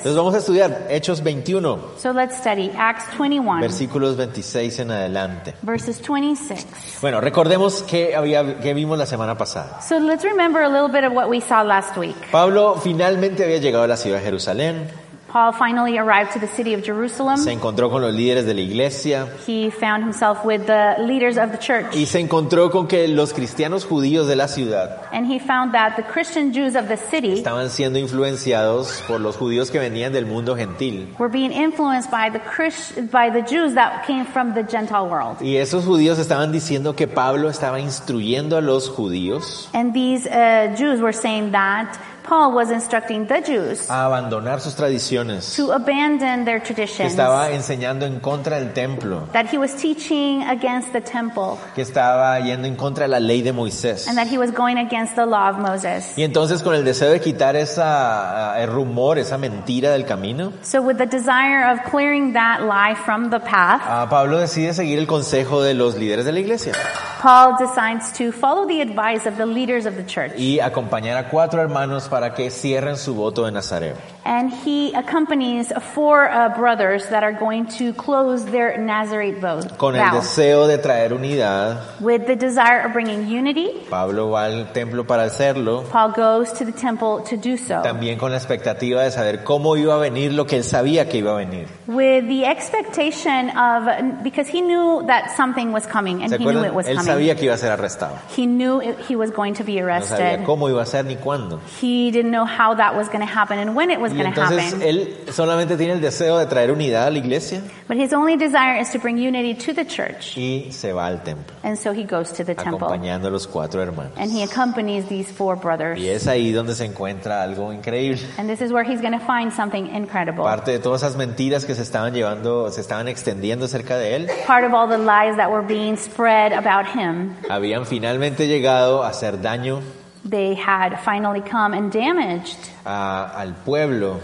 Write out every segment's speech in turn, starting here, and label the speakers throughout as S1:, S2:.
S1: Entonces vamos a estudiar Hechos 21,
S2: So let's study Acts 21,
S1: versículos 26 en adelante.
S2: verses 26.
S1: Bueno, recordemos que, había, que vimos la semana pasada.
S2: So let's remember a little bit of what we saw last week.
S1: Pablo finalmente había llegado a la ciudad de Jerusalén,
S2: Paul finally arrived to the city of Jerusalem.
S1: se encontró con los líderes de la iglesia
S2: He found himself with the leaders of the church,
S1: y se encontró con que los cristianos judíos de la ciudad
S2: and he found that the Christian Jews of the city
S1: estaban siendo influenciados por los judíos que venían del mundo gentil.
S2: were being influenced by the Christ, by the Jews that came from the Gentile world.
S1: Y esos judíos estaban diciendo que Pablo estaba instruyendo a los judíos
S2: And these uh, Jews were saying that Paul was instructing the Jews
S1: a abandonar sus tradiciones,
S2: to abandon their
S1: que
S2: traditions,
S1: estaba enseñando en contra del templo.
S2: that he was teaching against the temple,
S1: que estaba yendo en contra de la ley de Moisés.
S2: and that he was going against the law of Moses.
S1: Y entonces con el deseo de quitar esa, ah, el rumor, esa mentira del camino,
S2: So, with the desire of clearing that lie from the path,
S1: ah, Pablo decide seguir el consejo de los líderes de la iglesia
S2: Paul decides to follow the advice of the leaders of the church.
S1: y acompañar a cuatro hermanos para que cierren su voto de Nazareo.
S2: And he accompanies four uh, brothers that are going to close their Nazarite vow.
S1: Con el
S2: vow.
S1: deseo de traer unidad,
S2: With the desire of bringing unity,
S1: Pablo va al templo para hacerlo,
S2: Paul goes to the temple to do so.
S1: también con la expectativa de saber cómo iba a venir lo que él sabía que iba a venir.
S2: With the expectation of, because he knew that something was coming and
S1: ¿Se
S2: he knew it
S1: acuerdan?
S2: was
S1: Él
S2: coming.
S1: sabía que iba a ser arrestado.
S2: He knew it, he was going to be
S1: No sabía
S2: arrested.
S1: cómo iba a ser ni cuándo.
S2: He didn't know how that was going to happen and when it was
S1: Y
S2: going to
S1: entonces
S2: happen.
S1: él solamente tiene el deseo de traer unidad a la iglesia
S2: But his only desire is to bring unity to the church.
S1: y se va al templo,
S2: And so he goes to the temple
S1: acompañando a los cuatro hermanos.
S2: and he accompanies these four brothers.
S1: Y es ahí donde se encuentra algo increíble.
S2: And this is where he's going to find something incredible.
S1: Parte de todas esas mentiras que se estaban llevando, se estaban extendiendo acerca de él,
S2: Part of all the lies that were being spread about him,
S1: habían finalmente llegado a hacer daño
S2: they had finally come and damaged
S1: a- al pueblo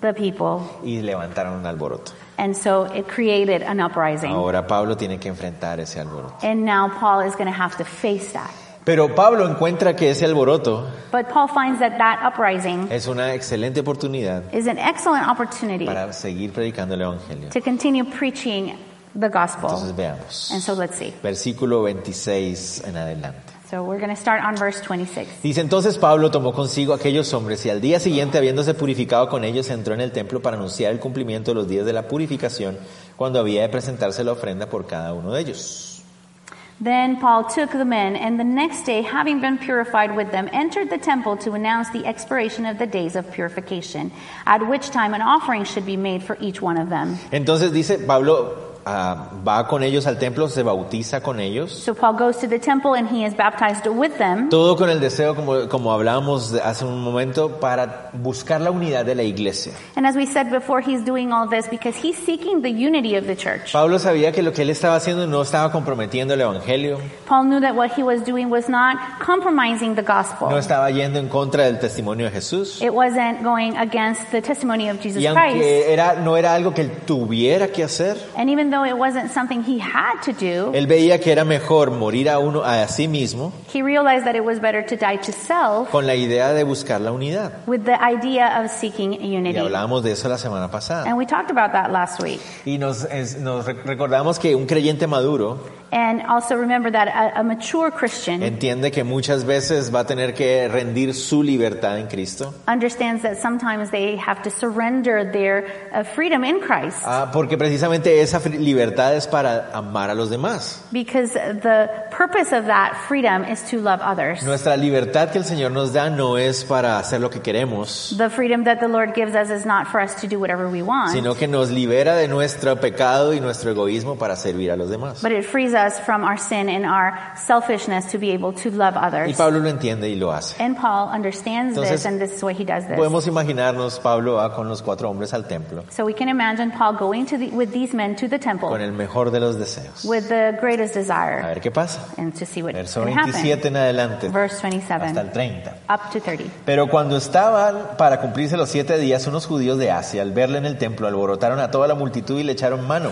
S2: the people.
S1: y levantaron un alboroto.
S2: And so it created an uprising.
S1: Ahora Pablo tiene que enfrentar ese alboroto.
S2: And now Paul is going to have to face that.
S1: Pero Pablo encuentra que ese alboroto
S2: But Paul finds that that uprising
S1: es una excelente oportunidad
S2: is an excellent opportunity
S1: para seguir predicando el Evangelio.
S2: to continue preaching the gospel.
S1: Entonces veamos.
S2: And so let's see.
S1: versículo 26 en adelante.
S2: So we're going to start on verse 26.
S1: Dice entonces Pablo tomó consigo a aquellos hombres y al día siguiente, habiéndose purificado con ellos, entró en el templo para anunciar el cumplimiento de los días de la purificación cuando había de presentarse la ofrenda por cada uno de ellos.
S2: Then Paul took the men, and the next day, having been purified with them, entered the temple to announce the expiration of the days of purification, at which time an offering should be made for each one of them.
S1: Entonces dice Pablo ah, va con ellos al templo, se bautiza con ellos,
S2: So Paul goes to the temple and he is baptized with them,
S1: todo con el deseo, como, como hablábamos de- hace un momento, para buscar la unidad de la iglesia.
S2: and as we said before, he's doing all this because he's seeking the unity of the church.
S1: Pablo sabía que lo que él estaba haciendo no estaba comprometiendo el Evangelio,
S2: Paul knew that what he was doing was not compromising the
S1: no
S2: gospel.
S1: estaba yendo en contra del testimonio de Jesús.
S2: It wasn't going against the testimony of Jesus
S1: Y
S2: Christ.
S1: aunque era, no era algo que él tuviera que hacer,
S2: And even though it wasn't something he had to do,
S1: él veía que era mejor morir a uno a sí mismo
S2: He realized that it was better to die to self
S1: con la idea de buscar la unidad.
S2: with the idea of seeking
S1: Y
S2: unity.
S1: hablábamos de eso la semana pasada.
S2: And we talked about that last week.
S1: Y nos, es- nos re- recordamos que un creyente maduro
S2: And also remember that a, a mature Christian
S1: entiende que muchas veces va a tener que rendir su libertad en Cristo,
S2: understands that sometimes they have to surrender their uh, freedom in Christ
S1: ah, porque precisamente esa fri- libertad es para amar a los demás.
S2: because the purpose of that freedom is to love others.
S1: Nuestra libertad que el Señor nos da no es para hacer lo que queremos,
S2: The freedom that the Lord gives us is not for us to do whatever we want,
S1: sino que nos libera de nuestro pecado y nuestro egoísmo para servir a los demás.
S2: but it frees us from our sin and our selfishness to be able to love
S1: Y
S2: others.
S1: Pablo lo entiende y lo hace.
S2: And Paul understands this,
S1: Entonces,
S2: and this is why he does this.
S1: Podemos imaginarnos, Pablo va con los cuatro hombres al templo
S2: So we can imagine Paul going to the, with these men to the
S1: con
S2: temple
S1: el mejor de los deseos.
S2: with the greatest
S1: A
S2: desire
S1: ver qué pasa.
S2: and to see what
S1: Verso
S2: can happen.
S1: 27 en adelante,
S2: Verse
S1: hasta
S2: 27
S1: el 30.
S2: up to 30.
S1: Pero cuando estaban para cumplirse los siete días, unos judíos de Asia, al verle en el templo, alborotaron a toda la multitud y le echaron mano,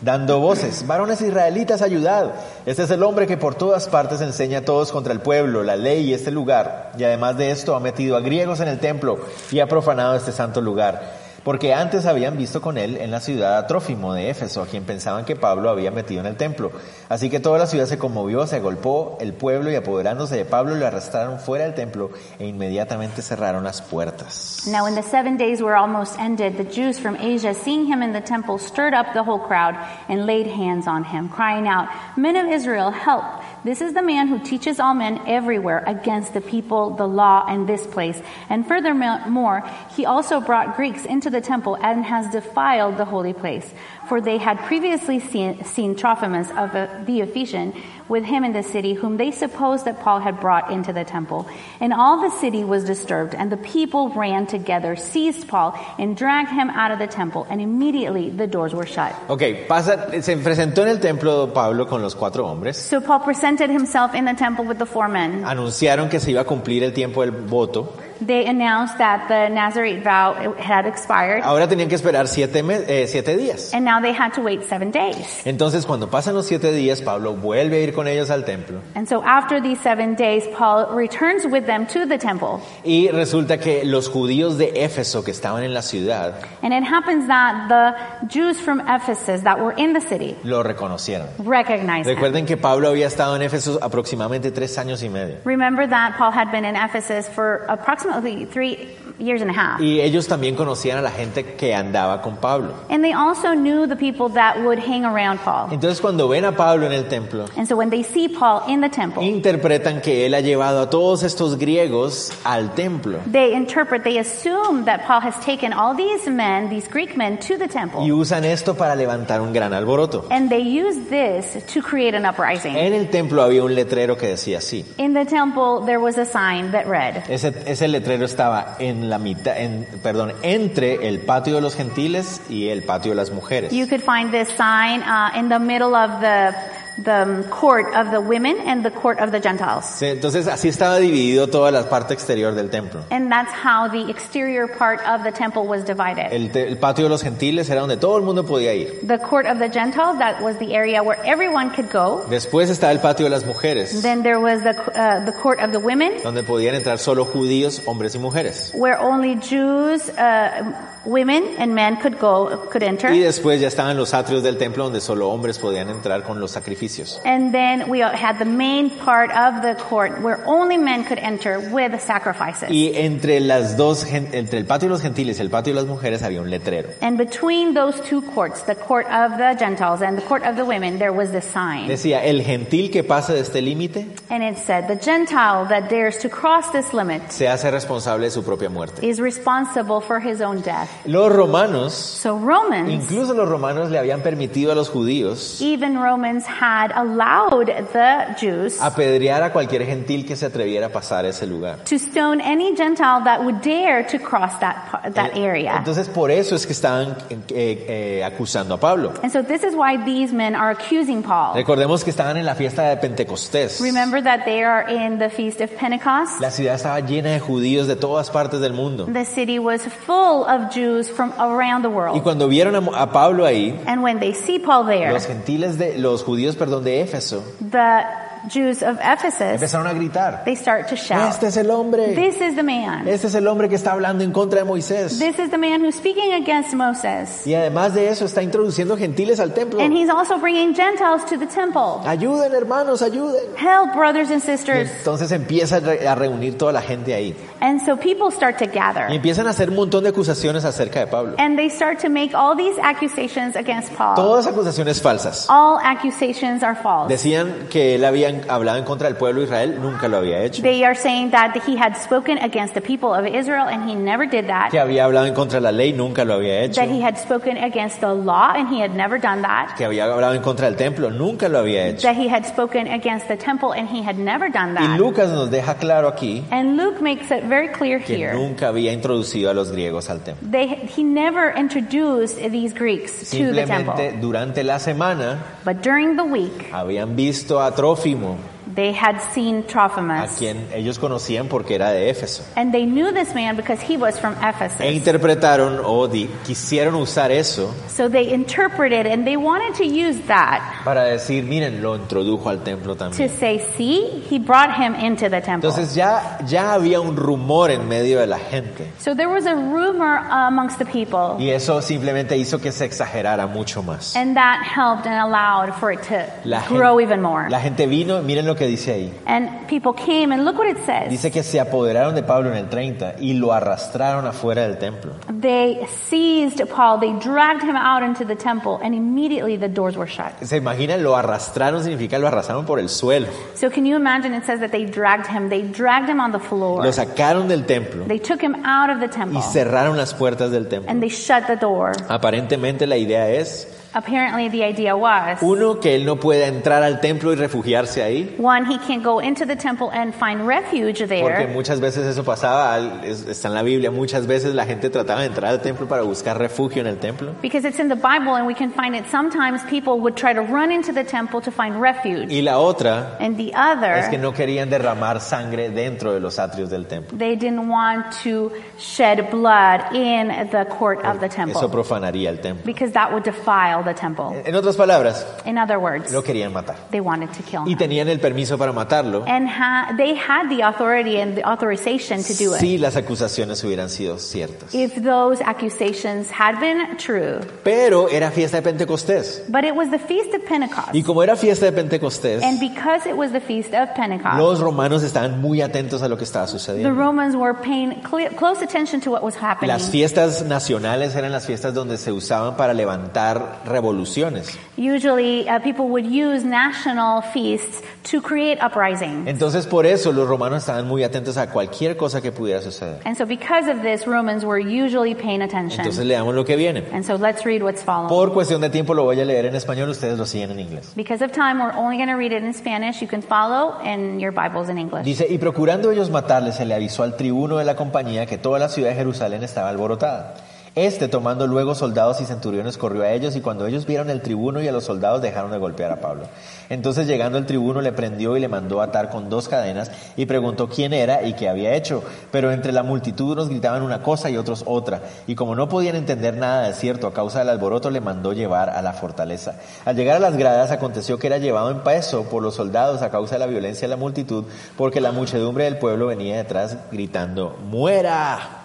S1: dando voces, varones israelitas, ayudad. Este es el hombre que por todas partes enseña a todos contra el pueblo, la ley y este lugar. Y además de esto ha metido a griegos en el templo y ha profanado este santo lugar. porque antes habían visto con él en la ciudad a Trófimo de Éfeso, a quien pensaban que Pablo había metido en el templo. Así que toda la ciudad se conmovió, se agolpó el pueblo y apoderándose de Pablo lo arrastraron fuera del templo e inmediatamente cerraron las puertas.
S2: Now, when the seven days were almost ended, the Jews from Asia, seeing him in the temple, stirred up the whole crowd and laid hands on him, crying out, Men of Israel, help! This is the man who teaches all men everywhere against the people, the law, and this place. And furthermore, he also brought Greeks into the temple and has defiled the holy place. For they had previously seen, seen Trophimus of uh, the Ephesian with him in the city, whom they supposed that Paul had brought into the temple. And all the city was disturbed, and the people ran together, seized Paul, and dragged him out of the temple. And immediately the doors were shut.
S1: Ok, pasa, se presentó en el templo Pablo con los cuatro hombres,
S2: So Paul presented himself in the temple with the four men.
S1: anunciaron que se iba a cumplir el tiempo del voto,
S2: They announced that the Nazarite vow had expired,
S1: ahora tenían que esperar siete, me- eh, siete días.
S2: and now they had to wait seven days.
S1: Entonces cuando pasan los siete días, Pablo vuelve a ir con ellos al templo
S2: And so after these seven days, Paul returns with them to the temple.
S1: y resulta que los judíos de Éfeso que estaban en la ciudad
S2: And it happens that the Jews from Ephesus that were in the city
S1: lo reconocieron.
S2: recognized him.
S1: Recuerden que Pablo había estado en Éfeso aproximadamente tres años y medio.
S2: Remember that Paul had been in Ephesus for approximately three years and a half.
S1: Y ellos también conocían a la gente que andaba con Pablo.
S2: And they also knew the people that would hang around Paul.
S1: Entonces cuando ven a Pablo en el templo,
S2: And so when they see Paul in the temple,
S1: interpretan que él ha llevado a todos estos griegos al templo.
S2: they interpret, they assume that Paul has taken all these men, these Greek men, to the temple.
S1: Y usan esto para levantar un gran alboroto.
S2: And they use this to create an uprising.
S1: En el templo había un letrero que decía así.
S2: In the temple, there was a sign that read,
S1: Ese, ese letrero estaba en la mitad, en, perdón, entre el patio de los gentiles y el patio de las mujeres.
S2: You could find this sign uh, in the middle of the, the um, court of the women and the court of the Gentiles.
S1: Sí, Entonces así estaba dividido toda la parte exterior del templo.
S2: And that's how the exterior part of the temple was divided.
S1: El, te- el patio de los gentiles era donde todo el mundo podía ir.
S2: The court of the Gentiles, that was the area where everyone could go.
S1: Después estaba el patio de las mujeres,
S2: Then there was the, uh, the court of the women,
S1: donde podían entrar solo judíos, hombres y mujeres.
S2: where only Jews, uh, women, and men could go, could
S1: Y
S2: enter.
S1: después ya estaban los atrios del templo, donde solo hombres podían entrar con los sacrificios.
S2: And then we had the main part of the court where only men could enter with sacrifices.
S1: Y entre las dos, gen- entre el patio de los gentiles y el patio de las mujeres había un letrero.
S2: And between those two courts, the court of the Gentiles and the court of the women, there was this sign.
S1: Decía, el gentil que pase de este límite
S2: And it said, the Gentile that dares to cross this limit
S1: se hace responsable de su propia muerte.
S2: is responsible for his own death.
S1: Los romanos,
S2: So Romans,
S1: incluso los romanos le habían permitido a los judíos
S2: even Romans had allowed the Jews
S1: apedrear a cualquier gentil que se atreviera a pasar ese lugar.
S2: to stone any Gentile that would dare to cross that, par- that area.
S1: Entonces por eso es que estaban eh, eh, acusando a Pablo.
S2: And so this is why these men are accusing Paul.
S1: Recordemos que estaban en la fiesta de Pentecostés.
S2: Remember that they are in the Feast of Pentecost?
S1: La ciudad estaba llena de judíos de todas partes del mundo.
S2: The city was full of Jews from around the
S1: Y
S2: world.
S1: cuando vieron a, Mo- a Pablo ahí,
S2: And when they see Paul there,
S1: los gentiles de los judíos, perdón, de Éfeso,
S2: the Jews of Ephesus,
S1: empezaron a gritar,
S2: they start to shout,
S1: "Este es el hombre.
S2: This is the man.
S1: Este es el hombre que está hablando en contra de Moisés."
S2: This is the man who's speaking against Moses.
S1: Y además de eso, está introduciendo gentiles al templo.
S2: And he's also bringing Gentiles to the temple.
S1: Ayuden, hermanos, ayuden.
S2: Help, brothers and
S1: Y
S2: sisters.
S1: entonces empieza a re- a reunir toda la gente ahí.
S2: And so people start to
S1: Y
S2: gather.
S1: empiezan a hacer un montón de acusaciones acerca de Pablo.
S2: And they start to make all these accusations against Paul.
S1: Todas acusaciones falsas.
S2: All accusations are false.
S1: Decían que él había hablado en contra del pueblo de Israel, nunca lo había hecho.
S2: They are saying that he had spoken against the people of Israel and he never did that.
S1: Que había hablado en contra de la ley, nunca lo había hecho.
S2: That he had spoken against the law and he had never done that.
S1: Que había hablado en contra del templo, nunca lo había hecho.
S2: That he had spoken against the temple and he had never done
S1: Y
S2: that.
S1: Lucas nos deja claro aquí
S2: And Luke makes it very clear
S1: que
S2: here.
S1: nunca había introducido a los griegos al templo.
S2: They, he never introduced these Greeks to the
S1: Simplemente
S2: temple.
S1: durante la semana
S2: But during the week,
S1: habían visto a Trófimo,
S2: They had seen
S1: a
S2: Trophimus.
S1: quien ellos conocían porque era de Éfeso.
S2: And they knew this man because he was from Ephesus.
S1: E interpretaron o di- quisieron usar eso
S2: so they interpreted and they wanted to use that
S1: para decir, miren, lo introdujo al templo
S2: to
S1: también.
S2: say, see, he brought him into the temple.
S1: Entonces ya, ya había un rumor en medio de la gente.
S2: so there was a rumor amongst the people.
S1: Y eso simplemente hizo que se exagerara mucho más.
S2: And that helped and allowed for it to
S1: La gen-
S2: grow even more.
S1: La gente vino, miren lo que dice ahí.
S2: and people came and look what it says.
S1: Dice que se apoderaron de Pablo en el 30 y lo arrastraron afuera del templo.
S2: They seized Paul, they dragged him out into the temple, and immediately the doors were shut.
S1: ¿Se imaginan? Lo arrastraron significa lo arrastraron por el suelo.
S2: So, can you imagine? It says that they dragged him, they dragged him on the floor,
S1: Lo sacaron del templo
S2: they took him out of the temple,
S1: y cerraron las puertas del templo.
S2: and they shut the door.
S1: Aparentemente la idea es,
S2: Apparently, the idea was
S1: uno, que él no pueda entrar al templo y refugiarse ahí,
S2: one, he can't go into the temple and find refuge
S1: porque
S2: there.
S1: muchas veces eso pasaba, al- es- está en la Biblia, muchas veces la gente trataba de entrar al templo para buscar refugio en el templo.
S2: Because it's in the Bible and we can find it. Sometimes people would try to run into the temple to find refuge.
S1: Y la otra
S2: And the other,
S1: es que no querían derramar sangre dentro de los atrios del templo.
S2: they didn't want to shed blood in the court of the
S1: Eso
S2: temple
S1: profanaría el templo.
S2: because that would defile the temple.
S1: En otras palabras,
S2: In other words,
S1: lo querían matar.
S2: they wanted to kill
S1: Y
S2: him.
S1: tenían el permiso para matarlo
S2: And ha- they had the authority and the authorization to do it
S1: si las acusaciones hubieran sido ciertas.
S2: if those accusations had been true.
S1: Pero era fiesta de Pentecostés.
S2: But it was the Feast of Pentecost.
S1: Y como era fiesta de Pentecostés,
S2: And because it was the Feast of Pentecost,
S1: los romanos estaban muy atentos a lo que estaba
S2: Ah. the
S1: sucediendo.
S2: Romans were paying cl- close attention to what was happening.
S1: Las fiestas nacionales eran las fiestas donde se usaban para levantar revoluciones.
S2: Usually, uh, people would use national feasts to create uprising.
S1: Entonces por eso los romanos estaban muy atentos a cualquier cosa que pudiera suceder.
S2: And so, because of this, Romans were usually paying attention.
S1: Entonces leamos lo que viene.
S2: and so, let's read what's following.
S1: Por cuestión de tiempo lo voy a leer en español, ustedes lo siguen en inglés.
S2: because of time, we're only going to read it in Spanish. You can follow in your Bibles in English.
S1: Dice, y procurando ellos matarle, se le avisó al tribuno de la compañía que toda la ciudad de Jerusalén estaba alborotada. Este, tomando luego soldados y centuriones, corrió a ellos y cuando ellos vieron el tribuno y a los soldados dejaron de golpear a Pablo. Entonces llegando el tribuno le prendió y le mandó atar con dos cadenas y preguntó quién era y qué había hecho. Pero entre la multitud unos gritaban una cosa y otros otra. Y como no podían entender nada de cierto a causa del alboroto, le mandó llevar a la fortaleza. Al llegar a las gradas aconteció que era llevado en peso por los soldados a causa de la violencia de la multitud, porque la muchedumbre del pueblo venía detrás gritando, ¡muera!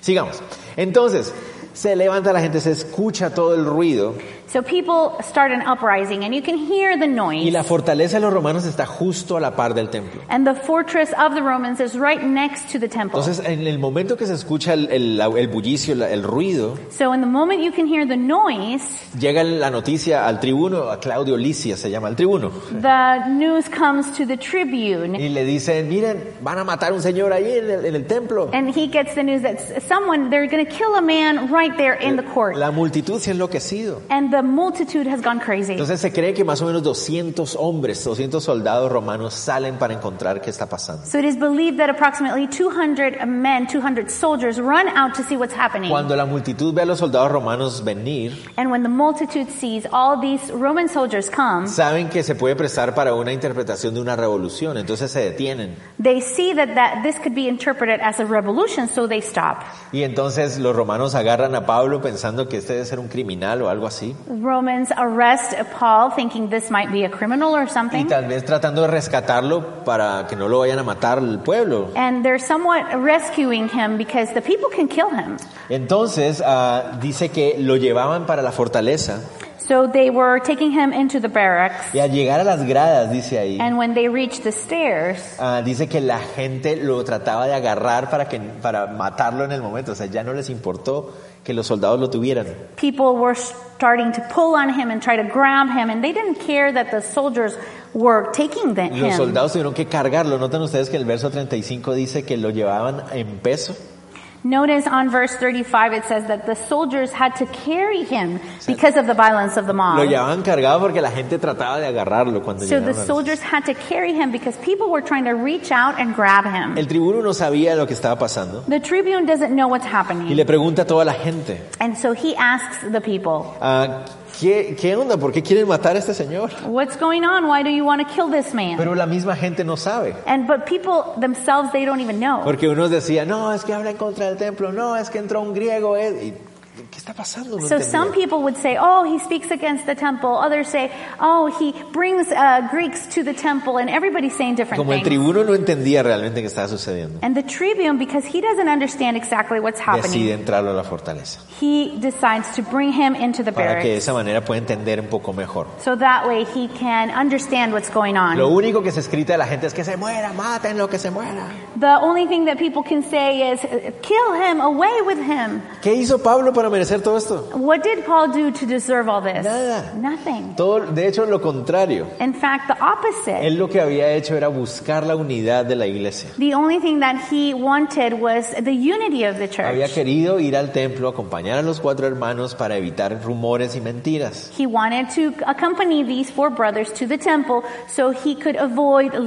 S1: Sigamos. Entonces, se levanta la gente, se escucha todo el ruido
S2: So, people start an uprising, and you can hear the
S1: y
S2: noise.
S1: la fortaleza de los romanos está justo a la par del templo.
S2: and the fortress of the Romans is right next to the temple.
S1: Entonces, en el momento que se escucha el, el- el bullicio, la- el ruido,
S2: so, in the moment you can hear the noise,
S1: llega la noticia al tribuno, a Claudio Licia se llama el tribuno,
S2: The news comes to the Tribune,
S1: y le dicen, miren, van a matar a un señor ahí en el, en el templo.
S2: and he gets the news that s- someone, they're going to kill a man right there in the court.
S1: La multitud se ha enloquecido.
S2: And the multitude has gone crazy.
S1: Entonces se cree que más o menos 200 hombres, 200 soldados romanos salen para encontrar qué está pasando.
S2: So it is believed that approximately 200 men, 200 soldiers run out to see what's happening.
S1: Cuando la multitud ve a los soldados romanos venir,
S2: And when the multitude sees all these Roman soldiers come,
S1: saben que se puede prestar para una interpretación de una revolución, entonces se detienen.
S2: they see that, that this could be interpreted as a revolution, so they stop.
S1: Y entonces los romanos agarran a Pablo pensando que este debe ser un criminal o algo así.
S2: Romans arrest Paul, thinking this might be a criminal or
S1: Y
S2: something.
S1: tal vez tratando de rescatarlo para que no lo vayan a matar el pueblo.
S2: And they're somewhat rescuing him because the people can kill him.
S1: Entonces ah, dice que lo llevaban para la fortaleza
S2: So they were taking him into the barracks,
S1: y al llegar a las gradas, dice ahí,
S2: and when they reached the stairs,
S1: ah, dice que la gente lo trataba de agarrar para, que, para matarlo en el momento. O sea, ya no les importó que los soldados lo tuvieran.
S2: people were starting to pull on him and try to grab him, and they didn't care that the soldiers were taking the,
S1: Los
S2: him.
S1: soldados tuvieron que cargarlo. Notan ustedes que el verso 35 dice que lo llevaban en peso.
S2: Notice on verse 35 it says that the soldiers had to carry him because of the violence of the
S1: Lo
S2: mob.
S1: llevaban cargado porque la gente trataba de agarrarlo cuando
S2: Ah. So the
S1: llegaron a los-
S2: soldiers had to carry him because people were trying to reach out and grab him.
S1: El tribuno no sabía lo que estaba pasando
S2: The tribune doesn't know what's
S1: y
S2: happening,
S1: le pregunta a toda la gente,
S2: and so he asks the people,
S1: ah, ¿Qué, ¿Qué onda? ¿Por qué quieren matar a este señor?
S2: What's going on? Why do you want to kill this man?
S1: Pero la misma gente no sabe.
S2: and but people themselves they don't even know.
S1: Porque unos decían, no, es que habla en contra del templo, no, es que entró un griego. eh". ¿Y ¿Qué está pasando? No
S2: So
S1: entendía.
S2: some people would say, "Oh, he speaks against the temple." Others say, "Oh, he brings uh, Greeks to the temple," and everybody's saying different
S1: Como el
S2: things.
S1: tribuno no entendía realmente qué estaba sucediendo,
S2: And the tribune, because he doesn't understand exactly what's happening,
S1: decide entrarlo a la fortaleza.
S2: he decides to bring him into the
S1: Para que de
S2: barracks,
S1: esa manera pueda entender un poco mejor.
S2: so that way he can understand what's going on.
S1: Lo único que se escrita a la gente es que se muera, mátenlo, que se muera.
S2: The only thing that people can say is, uh, "Kill him! Away with him!"
S1: ¿Qué hizo Pablo para merecer todo esto?
S2: What did Paul do to deserve all this?
S1: Nada.
S2: Nothing.
S1: Todo, de hecho, lo contrario.
S2: In fact, the opposite.
S1: Él lo que había hecho era buscar la unidad de la iglesia.
S2: The only thing that he wanted was the unity of the
S1: Había
S2: church.
S1: querido ir al templo, acompañar a los cuatro hermanos para evitar rumores y mentiras.
S2: He wanted to accompany these four brothers to the temple so he could avoid
S1: Y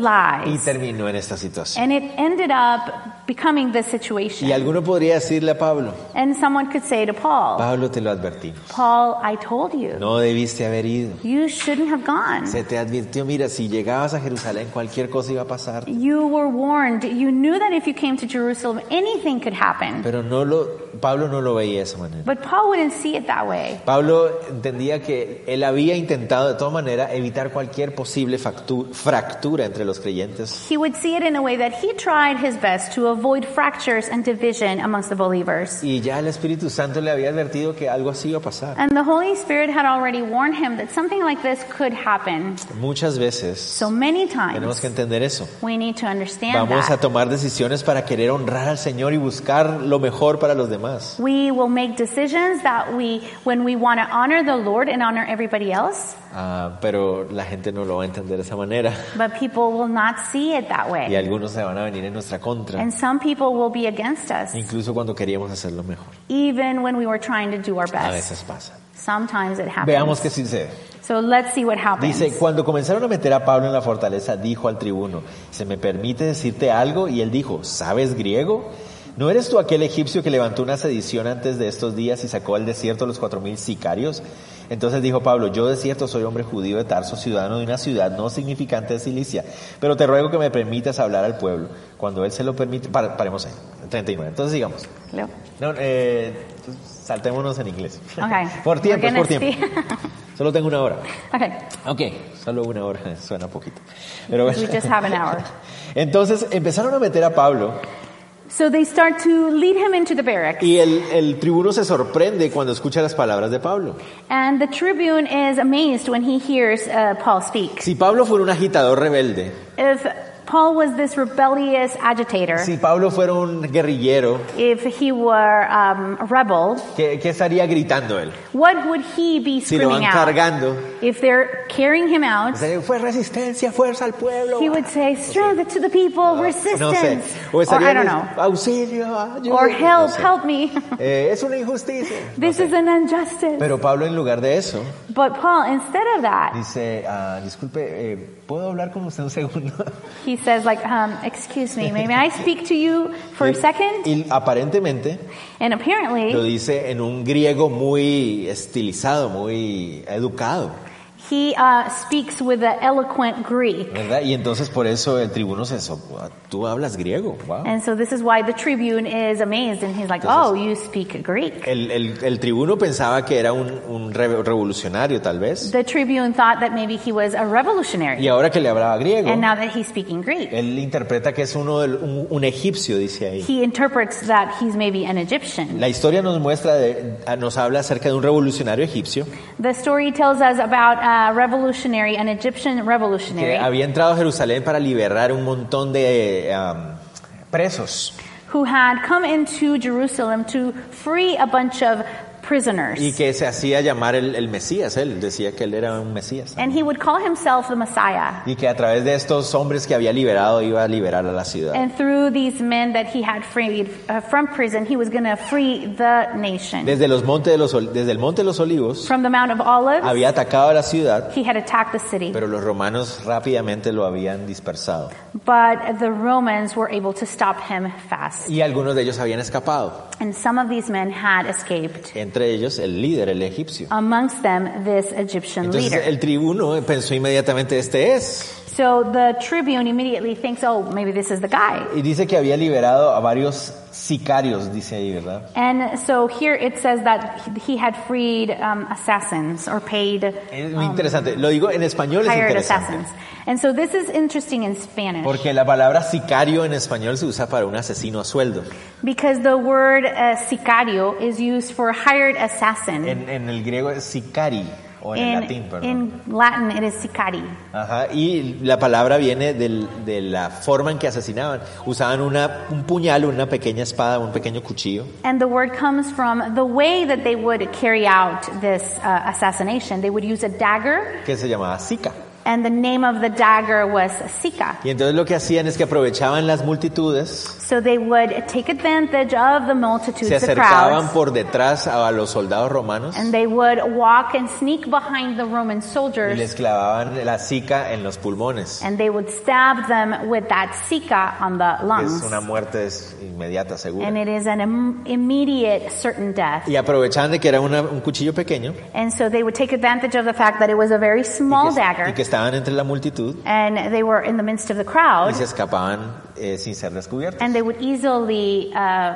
S2: lies.
S1: terminó en esta situación.
S2: And it ended up becoming this
S1: Y
S2: situation.
S1: alguno podría decirle a Pablo,
S2: And someone could say to Paul,
S1: Pablo te lo advertí,
S2: Paul, I told you,
S1: no debiste haber ido.
S2: you shouldn't have gone.
S1: Se te advirtió, mira, si llegabas a Jerusalén cualquier cosa iba a pasar,
S2: You were warned. You knew that if you came to Jerusalem, anything could happen.
S1: pero no lo, Pablo no lo veía de esa manera.
S2: But Paul wouldn't see it that way.
S1: Pablo entendía que él había intentado de toda manera evitar cualquier posible factu- fractura entre los creyentes
S2: He would see it in a way that he tried his best to avoid fractures and division amongst the believers.
S1: y ya el Espíritu Santo le había advertido que algo así iba a pasar.
S2: And the Holy Spirit had already warned him that something like this could happen.
S1: Muchas veces
S2: So many
S1: tenemos
S2: times
S1: que entender eso.
S2: we need to understand
S1: Vamos a
S2: that.
S1: tomar decisiones para querer honrar al Señor y buscar lo mejor para los demás.
S2: We will make decisions that we, when we want to honor the Lord and honor everybody else,
S1: Ah, pero la gente no lo va a entender de esa manera
S2: but people will not see it that
S1: y
S2: way.
S1: algunos se van a venir en nuestra contra,
S2: And some people will be against us,
S1: incluso cuando queríamos hacerlo mejor.
S2: even when we were trying to do our
S1: A
S2: best.
S1: veces pasa.
S2: Sometimes it
S1: Veamos
S2: happens.
S1: qué sucede.
S2: So let's see what
S1: Dice,
S2: happens.
S1: cuando comenzaron a meter a Pablo en la fortaleza, dijo al tribuno, ¿se me permite decirte algo? Y él dijo, ¿sabes griego? ¿No eres tú aquel egipcio que levantó una sedición antes de estos días y sacó al desierto a los cuatro mil sicarios? Entonces dijo Pablo, yo de cierto soy hombre judío de Tarso, ciudadano de una ciudad no significante de Cilicia, pero te ruego que me permitas hablar al pueblo. Cuando él se lo permite, para- paremos ahí, 39. Entonces sigamos.
S2: Hello?
S1: No, eh, saltémonos en inglés.
S2: Okay.
S1: Por tiempo,
S2: We're
S1: es por
S2: gonna
S1: tiempo. Solo tengo una hora.
S2: see- okay.
S1: Ok, solo una hora, suena poquito. Pero bueno.
S2: We just have an hour.
S1: Entonces empezaron a meter a Pablo
S2: So they start to lead him into the barracks.
S1: y el, el tribuno se sorprende cuando escucha las palabras de Pablo.
S2: And the tribune is amazed when he hears uh, Paul speak.
S1: Si Pablo fuera un agitador rebelde,
S2: If Paul was this rebellious agitator,
S1: si Pablo fuera un guerrillero,
S2: if he were um, a rebel,
S1: ¿qué, qué estaría gritando él?
S2: what would he be
S1: Si lo van
S2: screaming out?
S1: cargando,
S2: If they're carrying him out,
S1: estaría, fue resistencia, fuerza al pueblo.
S2: he would say, "Strength to the people,
S1: No sé.
S2: resistance,"
S1: O
S2: or I don't
S1: estaría,
S2: know,
S1: auxilio, ayuda.
S2: or
S1: No
S2: "Help,
S1: sé.
S2: help me."
S1: Eh, es una injusticia.
S2: This is an injustice.
S1: Pero Pablo en lugar de eso
S2: But Paul, instead of that,
S1: dice, ah, disculpe, eh, ¿puedo hablar con usted un segundo?
S2: he says, "Like, um, excuse me, may may I speak to you for a second?
S1: Y aparentemente
S2: And
S1: lo
S2: apparently,
S1: dice en un griego muy estilizado, muy educado,
S2: he uh, speaks with an eloquent Greek.
S1: ¿verdad? Y entonces por eso el tribuno se so- tú hablas griego, wow.
S2: And so this is why the tribune is amazed and he's like, "Oh, you speak Greek."
S1: El, el- el tribuno pensaba que era un, un re- revolucionario tal vez,
S2: The tribune thought that maybe he was a revolutionary.
S1: y ahora que le hablaba griego,
S2: And now that he's speaking Greek,
S1: él interpreta que es uno del- un, un egipcio, dice ahí.
S2: he interprets that he's maybe an Egyptian.
S1: La historia nos muestra, de- nos habla acerca de un revolucionario egipcio
S2: The story tells us about a revolutionary, an Egyptian
S1: que
S2: revolutionary,
S1: había entrado a Jerusalén para liberar un montón de eh, am, presos.
S2: who had come into Jerusalem to free a bunch of
S1: Y
S2: prisoners.
S1: que se hacía llamar el, el Mesías, él decía que él era un Mesías.
S2: And he would call himself the Messiah.
S1: Y que a través de estos hombres que había liberado iba a liberar a la ciudad.
S2: And through these men that he had freed uh, from prison, he was going to free the nation.
S1: Desde, los montes de los, Ol- desde el Monte de los Olivos
S2: From the Mount of Olives,
S1: había atacado a la ciudad,
S2: He had attacked the city,
S1: pero los romanos rápidamente lo habían dispersado.
S2: but the Romans were able to stop him fast.
S1: Y algunos de ellos habían escapado.
S2: And some of these men had escaped.
S1: Entre entre ellos el líder, el egipcio.
S2: amongst them this Egyptian
S1: Entonces
S2: leader.
S1: el tribuno pensó inmediatamente, este es.
S2: So the tribune immediately thinks, oh, maybe this is the guy.
S1: Y dice que había liberado a varios sicarios, dice ahí, ¿verdad?
S2: And so here it says that he- he had freed um, assassins or paid
S1: Es muy
S2: um,
S1: interesante. Lo digo en español, es
S2: hired
S1: interesante.
S2: assassins. And so this is interesting in Spanish
S1: Porque la palabra sicario en español se usa para un asesino a sueldo.
S2: because the word uh, sicario is used for hired assassin.
S1: En, en el griego es sicari, o en, el latín, perdón.
S2: in Latin, it is sicari.
S1: Ajá, y la palabra viene del- de la forma en que asesinaban. Usaban una, un puñal, una pequeña espada, un pequeño cuchillo.
S2: And the word comes from the way that they would carry out this uh, assassination. They would use a dagger,
S1: que se llamaba Zika.
S2: and the name of the dagger was Sika.
S1: Y entonces lo que hacían es que aprovechaban las multitudes,
S2: So they would take advantage of
S1: se
S2: the multitudes, the
S1: acercaban
S2: crowds,
S1: por detrás a a los soldados romanos
S2: and they would walk and sneak behind the Roman
S1: y
S2: soldiers,
S1: les clavaban la Zika en los pulmones.
S2: and they would stab them with that Sika on the
S1: Es una
S2: lungs.
S1: muerte es- inmediata,
S2: And
S1: segura.
S2: it is an Im- immediate, certain death.
S1: Y aprovechaban de que era una- un cuchillo pequeño
S2: And so they would take advantage of the fact that it was a very small
S1: y que, y
S2: dagger,
S1: que estaban entre la multitud
S2: and they were in the midst of the
S1: y
S2: crowd.
S1: se escapaban eh, sin ser descubiertos.
S2: and they would easily uh,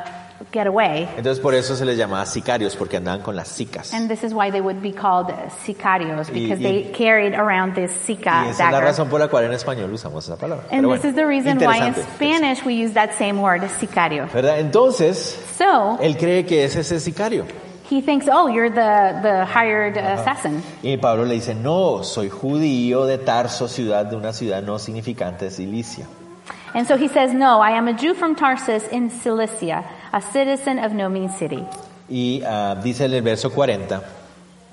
S2: get away.
S1: Entonces por eso se les llamaba sicarios, porque andaban con las Zicas.
S2: And this is why they would be called sicarios because
S1: y-
S2: they carried around this
S1: Y
S2: sica
S1: esa es la
S2: uh, dagger.
S1: razón por la cual en español usamos esa palabra.
S2: And
S1: Pero
S2: this
S1: bueno,
S2: is the reason why in
S1: interesante.
S2: Spanish we use that same word, sicario.
S1: ¿Verdad? Entonces,
S2: So
S1: él cree que es ese sicario.
S2: he thinks, oh, you're the, the hired assassin.
S1: Y Pablo le dice, no, soy judío de Tarso, ciudad de una ciudad no significante de Cilicia.
S2: And so he says, no, I am a Jew from Tarsus in Cilicia, a citizen of no mean city.
S1: Y ah, dice en el verso 40,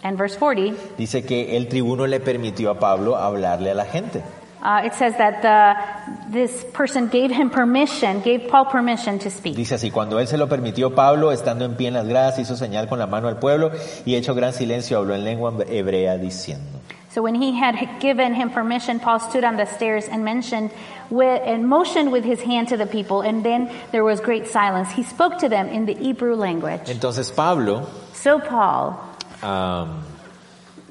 S2: And verse 40,
S1: dice que el tribuno le permitió a Pablo hablarle a la gente.
S2: uh, it says that the, this person gave him permission, gave Paul permission to speak.
S1: Dice así, cuando él se lo permitió, Pablo, estando en pie en las gradas, hizo señal con la mano al pueblo y hecho gran silencio, habló en lengua hebrea diciendo.
S2: So when he had given him permission, Paul stood on the stairs and mentioned with, and motioned with his hand to the people, and then there was great silence. He spoke to them in the Hebrew language.
S1: Entonces Pablo
S2: So Paul
S1: ah,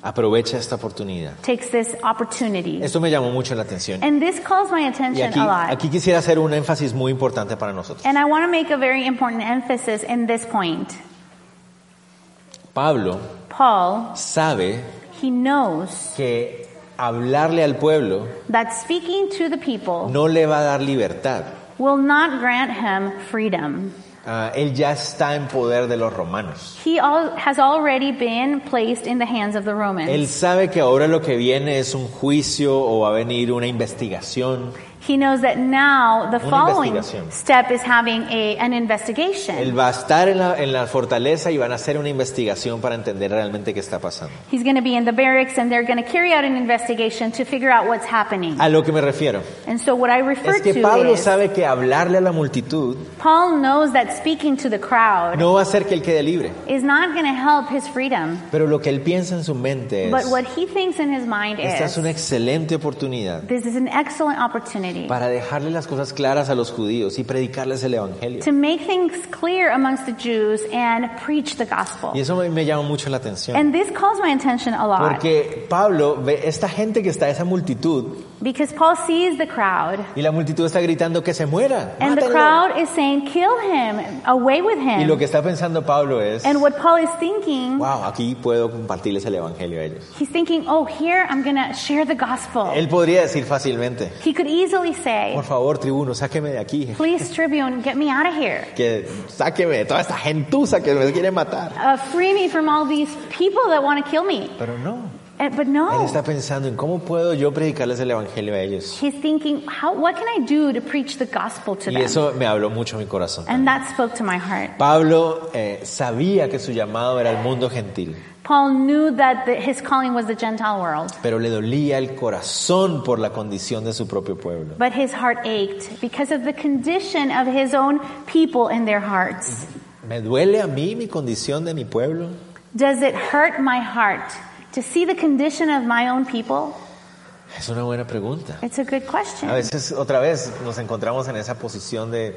S1: aprovecha esta oportunidad.
S2: takes this opportunity.
S1: Esto me llamó mucho la atención.
S2: And this calls my
S1: Y
S2: attention
S1: aquí,
S2: a lot.
S1: aquí quisiera hacer un énfasis muy importante para nosotros.
S2: And I want to make a very important emphasis in this point.
S1: Pablo
S2: Paul,
S1: sabe
S2: he knows
S1: que hablarle al pueblo
S2: that speaking to the people
S1: no le va a dar libertad.
S2: will not grant him freedom.
S1: Ah, él ya está en poder de los romanos.
S2: He al- has already been placed in the hands of the
S1: Él
S2: Romans.
S1: sabe que ahora lo que viene es un juicio o va a venir una investigación.
S2: He knows that now the
S1: Una
S2: following
S1: investigación.
S2: step is having a, an investigation.
S1: Él va a estar en la, en la fortaleza y van a hacer una investigación para entender realmente qué está pasando.
S2: He's going to be in the barracks and they're going to carry out an investigation to figure out what's happening.
S1: A lo que me refiero
S2: And so what I refer
S1: es que
S2: to
S1: Pablo
S2: is
S1: sabe que hablarle a la multitud
S2: Paul knows that speaking to the crowd
S1: no va a hacer que él quede libre.
S2: is not going to help his freedom.
S1: Pero lo que él piensa en su mente
S2: But
S1: es,
S2: what he thinks in his mind
S1: esta es
S2: is
S1: una excelente oportunidad
S2: this is an excellent opportunity
S1: para dejarle las cosas claras a los judíos y predicarles el evangelio.
S2: to make things clear amongst the Jews and preach the
S1: Y
S2: gospel.
S1: eso me, me llama mucho la atención.
S2: And this calls my attention a lot
S1: Porque Pablo ve esta gente que está, esa multitud,
S2: because Paul sees the crowd
S1: y la multitud está gritando que se muera.
S2: And the
S1: mátenlo".
S2: crowd is saying, kill him, away with
S1: Y lo
S2: him.
S1: que está pensando Pablo es,
S2: And what Paul is thinking,
S1: wow, aquí puedo compartirles el evangelio a ellos.
S2: he's thinking, oh, here I'm going to share the gospel.
S1: Él podría decir fácilmente,
S2: He could easily say,
S1: por favor, tribuno, sáqueme de aquí.
S2: please, Tribune, get me out of here.
S1: Que sáqueme de toda esta gentuza que me quiere matar.
S2: Uh, free me from all these people that want to kill me.
S1: Pero no,
S2: And, but
S1: él
S2: no,
S1: está pensando en cómo puedo yo predicarles el evangelio a ellos.
S2: he's thinking, How, what can I do to preach the gospel to
S1: Y
S2: them?
S1: eso me habló mucho mi corazón.
S2: And that spoke to my heart.
S1: Pablo eh, sabía que su llamado era al mundo gentil,
S2: Paul knew that the, his calling was the Gentile world,
S1: pero le dolía el corazón por la condición de su propio pueblo.
S2: but his heart ached because of the condition of his own people in their hearts.
S1: ¿Me duele a mí mi condición de mi pueblo?
S2: Does it hurt my heart to see the condition of my own people?
S1: Es una buena pregunta.
S2: It's a good
S1: A
S2: question.
S1: veces otra vez nos encontramos en esa posición de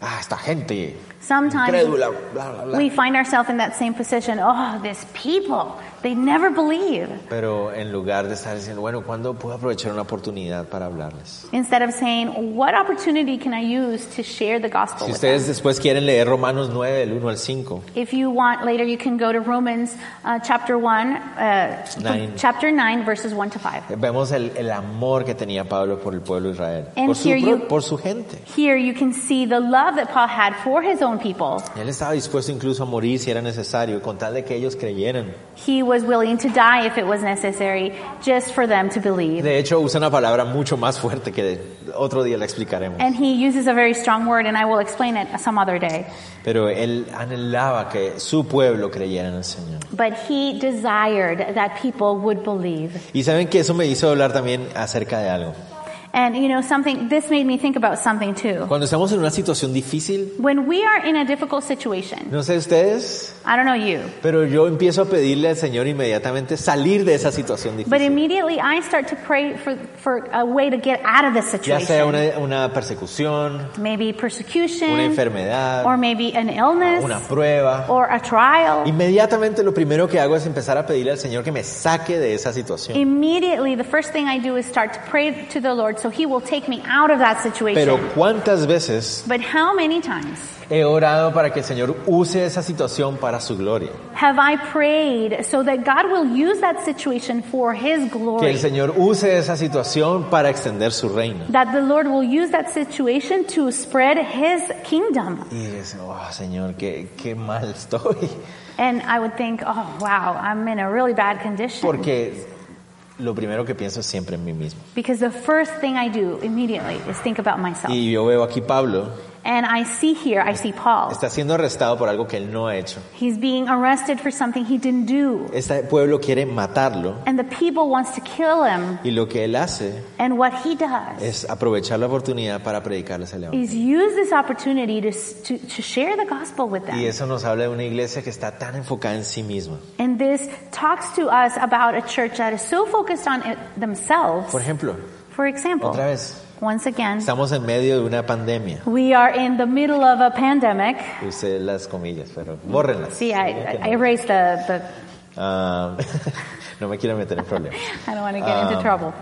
S1: ah, esta gente,
S2: Sometimes
S1: crédula, bla, bla, bla.
S2: we find ourselves in that same position. Oh, this people, they never believe.
S1: Pero en lugar de estar diciendo, bueno, ¿cuándo puedo aprovechar una oportunidad para hablarles?
S2: Instead of saying, what opportunity can I use to share the gospel
S1: Si
S2: with them?
S1: ustedes después quieren leer Romanos 9, del 1 al 5,
S2: If you want later, you can go to Romans uh, chapter 1, uh,
S1: Nine.
S2: chapter 9, verses 1 to 5.
S1: vemos el, el amor que tenía Pablo por el pueblo de Israel,
S2: And
S1: por su,
S2: here
S1: pro-
S2: you-
S1: por su gente.
S2: Here you can see the love that Paul had for his own people.
S1: Él estaba dispuesto incluso a morir si era necesario, con tal de que ellos creyeran.
S2: He was willing to die if it was necessary just for them to believe.
S1: De hecho, usa una palabra mucho más fuerte que otro día la explicaremos.
S2: And he uses a very strong word, and I will explain it some other day.
S1: Pero él anhelaba que su pueblo creyera en el Señor.
S2: But he desired that people would believe.
S1: Y saben que eso me hizo hablar también acerca de algo.
S2: And you know, something, this made me think about something too.
S1: Cuando estamos en una situación difícil,
S2: When we are in a difficult situation,
S1: no sé ustedes,
S2: I don't know you,
S1: pero yo empiezo a pedirle al Señor inmediatamente salir de esa situación
S2: but
S1: difícil.
S2: immediately I start to pray for, for a way to get out of the
S1: Ya sea
S2: situation.
S1: una, una persecución,
S2: Maybe
S1: una
S2: persecution,
S1: enfermedad,
S2: or maybe an
S1: una
S2: illness,
S1: prueba.
S2: or a trial.
S1: Inmediatamente lo primero que hago es empezar a pedirle al Señor que me saque de esa situación.
S2: Immediately, the first thing I do is start to pray to the Lord so He will take me out of that
S1: Pero
S2: situation.
S1: cuántas veces
S2: But how many times
S1: he orado para que el Señor use esa situación para su gloria.
S2: have I prayed so that God will use that situation for His
S1: Que el
S2: glory?
S1: Señor use esa situación para extender su reino.
S2: That the Lord will use that situation to spread His kingdom.
S1: Y dices, oh Señor, qué, qué mal estoy.
S2: And I would think, oh wow, I'm in a really bad condition.
S1: Porque lo primero que pienso es siempre en mí mismo.
S2: Because the first thing I do immediately is think about myself.
S1: Y yo veo aquí Pablo
S2: And I see here, I see Paul.
S1: está siendo arrestado por algo que él no ha hecho.
S2: He's being arrested for something he didn't do.
S1: Este pueblo quiere matarlo
S2: And the people wants to kill him.
S1: y lo que él hace
S2: And what he does
S1: es aprovechar la oportunidad para predicarles el evangelio.
S2: is use this opportunity to, s- to, to share the gospel with
S1: Y
S2: them.
S1: eso nos habla de una iglesia que está tan enfocada en sí misma.
S2: And this talks to us about a church that is so focused on it themselves.
S1: Por ejemplo,
S2: For example,
S1: otra vez,
S2: once again,
S1: estamos en medio de una pandemia.
S2: we are in the middle of a pandemic.
S1: Usé las comillas, pero bórrenlas.
S2: See, I, I erased the, the
S1: Ah, no me quiero meter en problemas.
S2: I don't want to get into
S1: Um,
S2: trouble.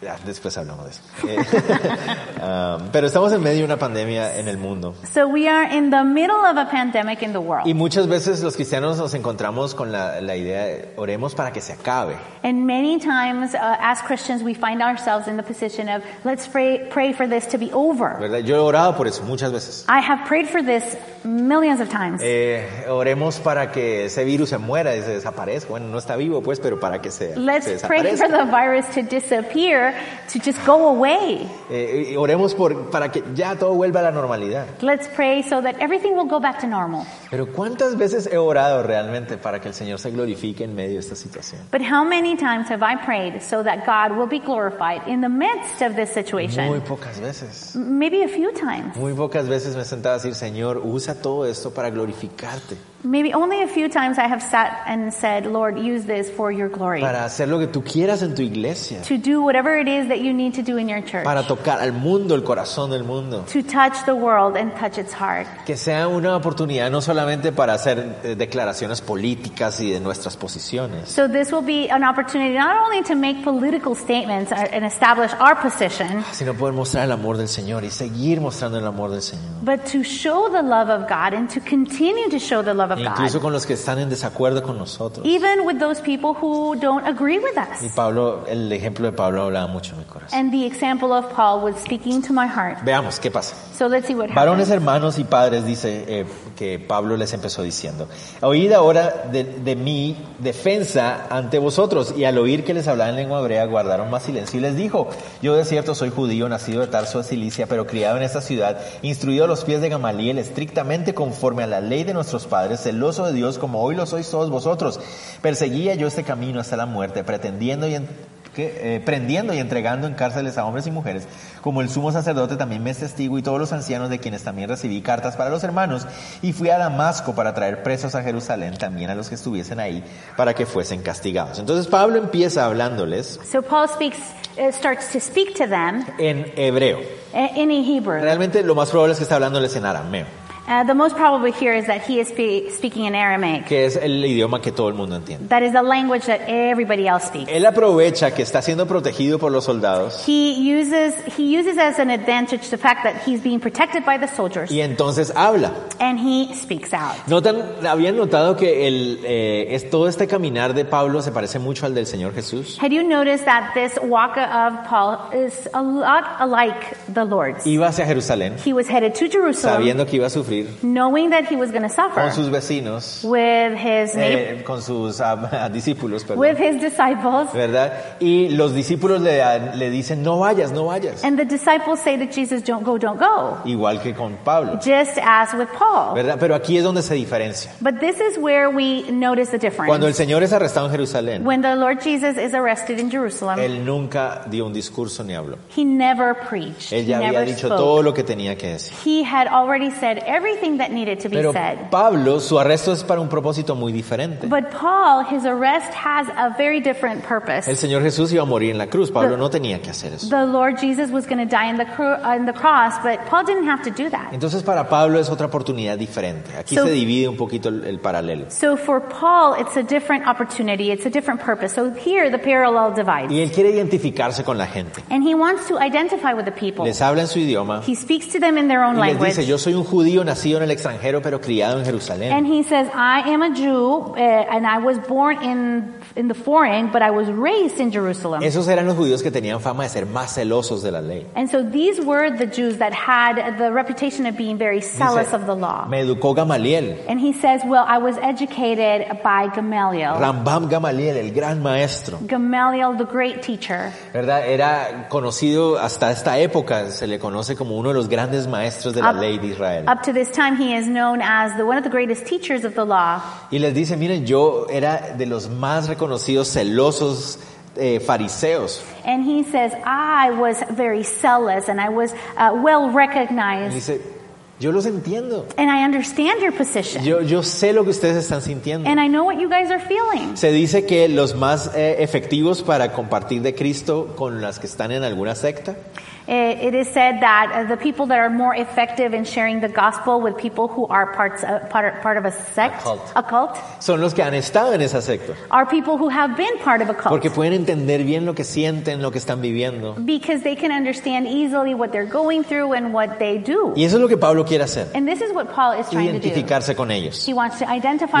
S1: Ya, después hablamos de eso. Eh, um, pero estamos en medio de una pandemia en el mundo.
S2: So we are in the middle of a pandemic in the
S1: Y
S2: world.
S1: muchas veces los cristianos nos encontramos con la, la idea de oremos para que se acabe.
S2: And many times, uh, as Christians, we find ourselves in the position of, let's pray, pray for this to be over.
S1: ¿verdad? Yo he orado por eso muchas veces.
S2: I have prayed for this millions of times.
S1: Eh, oremos para que ese virus se muera y se desaparezca. Bueno, no está vivo pues, pero para que se, se
S2: Let's pray
S1: desaparezca.
S2: for the virus to disappear, to just go away.
S1: Eh, y oremos por, para que ya todo vuelva a la normalidad.
S2: Let's pray so that everything will go back to normal.
S1: Pero ¿cuántas veces he orado realmente para que el Señor se glorifique en medio de esta situación?
S2: But how many times have I prayed so that God will be glorified in the midst of this
S1: Muy
S2: situation?
S1: pocas veces.
S2: Maybe a few times.
S1: Muy pocas veces me sentaba a decir, Señor, usa todo esto para glorificarte,
S2: Maybe only a few times I have sat and said, Lord, use this for your glory.
S1: para hacer lo que tú quieras en tu iglesia,
S2: To do whatever it is that you need to do in your church.
S1: para tocar al mundo, el corazón del mundo.
S2: To touch the world and touch its heart.
S1: Que sea una oportunidad no solamente para hacer eh, declaraciones políticas y de nuestras posiciones,
S2: So this will be an opportunity not only to make political statements and establish our position,
S1: sino poder mostrar el amor del Señor y seguir mostrando el amor del Señor.
S2: but to show the love of God and to continue to show the love of
S1: Incluso
S2: God.
S1: con los que están en desacuerdo con nosotros.
S2: Even with those people who don't agree with
S1: Y
S2: us.
S1: Pablo, el ejemplo de Pablo hablaba mucho en mi corazón.
S2: And the example of Paul was speaking to my heart.
S1: Veamos qué pasa.
S2: So let's see what happens.
S1: Varones, hermanos y padres, dice eh, que Pablo les empezó diciendo, oíd ahora de, de mi defensa ante vosotros, y al oír que les hablaba en lengua hebrea, guardaron más silencio y les dijo, yo de cierto soy judío, nacido de Tarso de Cilicia, pero criado en esta ciudad, instruido a los pies de Gamaliel, estrictamente conforme a la ley de nuestros padres, celoso de Dios como hoy lo sois todos vosotros. Perseguía yo este camino hasta la muerte, pretendiendo y en- que, eh, prendiendo y entregando en cárceles a hombres y mujeres, como el sumo sacerdote también me es testigo y todos los ancianos de quienes también recibí cartas para los hermanos, y fui a Damasco para traer presos a Jerusalén también a los que estuviesen ahí para que fuesen castigados. Entonces Pablo empieza hablándoles
S2: So Paul speaks, uh, starts to speak to them
S1: en hebreo.
S2: uh, in Hebrew.
S1: Realmente lo más probable es que está hablándoles en arameo,
S2: Uh, the most probable here is that he is spe- speaking in Aramaic.
S1: que es el idioma que todo el mundo entiende.
S2: That is the language that everybody else speaks.
S1: Él aprovecha que está siendo protegido por los soldados
S2: He uses he uses as an advantage the fact that he's being protected by the soldiers,
S1: y entonces habla.
S2: and he speaks out.
S1: ¿Notan, habían notado que el, eh, es, todo este caminar de Pablo se parece mucho al del Señor Jesús?
S2: Had you noticed that this walk of Paul is a lot alike the Lord's?
S1: Iba hacia Jerusalén,
S2: He was headed to Jerusalem,
S1: sabiendo que iba a sufrir
S2: knowing that he was going to
S1: con
S2: suffer
S1: sus vecinos,
S2: with his neigh-
S1: eh, con sus ah, discípulos, perdón.
S2: with his disciples.
S1: ¿verdad? Y los discípulos le, dan- le dicen, no vayas, no vayas.
S2: And the disciples say to Jesus, don't go, don't go.
S1: Igual que con Pablo,
S2: Just as with Paul.
S1: ¿verdad? Pero aquí es donde se diferencia.
S2: But this is where we notice the
S1: Cuando el
S2: difference.
S1: Señor es arrestado en Jerusalén,
S2: When the Lord Jesus is arrested in Jerusalem,
S1: él nunca dio un discurso ni habló.
S2: he never preached. He
S1: Él ya había
S2: never
S1: dicho
S2: spoke.
S1: todo lo que tenía que decir.
S2: He had already said everything that needed to be
S1: Pero
S2: said.
S1: Pablo, su arresto es para un propósito muy diferente.
S2: But Paul, his arrest has a very different
S1: El
S2: purpose.
S1: Señor Jesús iba a morir en la cruz. Pablo
S2: Pero-
S1: no tenía que hacer eso.
S2: The Lord Jesus was going to die on the, cru- on the cross, but Paul didn't have to do that.
S1: Entonces para Pablo es otra oportunidad diferente. Aquí
S2: So-
S1: se divide un poquito el, el paralelo.
S2: So for Paul, it's a different opportunity. It's a different purpose. So here, the parallel divides.
S1: Y él quiere identificarse con la gente.
S2: And he wants to identify with the people.
S1: Les habla en su idioma
S2: Oh. He speaks to them in their own
S1: y les dice,
S2: language.
S1: yo soy un judío nacido en el extranjero pero criado en Jerusalén.
S2: And he says, I am a Jew, uh, and I was born in, in the foreign, but I was raised in Jerusalem.
S1: Esos eran los judíos que tenían fama de ser más celosos de la ley.
S2: And so these were the Jews that had the reputation of being very zealous
S1: Dice,
S2: of the law.
S1: Me educó Gamaliel,
S2: And he says, Well, I was educated by Gamaliel.
S1: Rambam Gamaliel, el gran maestro.
S2: Gamaliel, the great teacher.
S1: ¿Verdad? Era conocido hasta esta época, se le conoce como uno de los grandes maestros de la
S2: Up-
S1: ley de Israel.
S2: Up to this time, he is known as the, one of the greatest teachers of the law.
S1: Y les dice, miren, yo era de los más reconocidos celosos eh, fariseos.
S2: And he says, I was very zealous and I was uh, well
S1: Y
S2: recognized.
S1: dice, yo los entiendo.
S2: And I understand your position.
S1: Yo, yo sé lo que ustedes están sintiendo.
S2: And I know what you guys are feeling.
S1: Se dice que los más eh, efectivos para compartir de Cristo con las que están en alguna secta
S2: It, it is said that uh, the people that are more effective in sharing the gospel with people who are parts of, part, part of a sect,
S1: A cult.
S2: a cult,
S1: son los que han estado en esa secta.
S2: are people who have been part of a cult.
S1: Porque pueden entender bien lo que sienten, lo que están viviendo.
S2: because they can understand easily what they're going through and what they do.
S1: Y eso es lo que Pablo quiere hacer,
S2: And this is what Paul is trying to do.
S1: identificarse con ellos.
S2: He wants to identify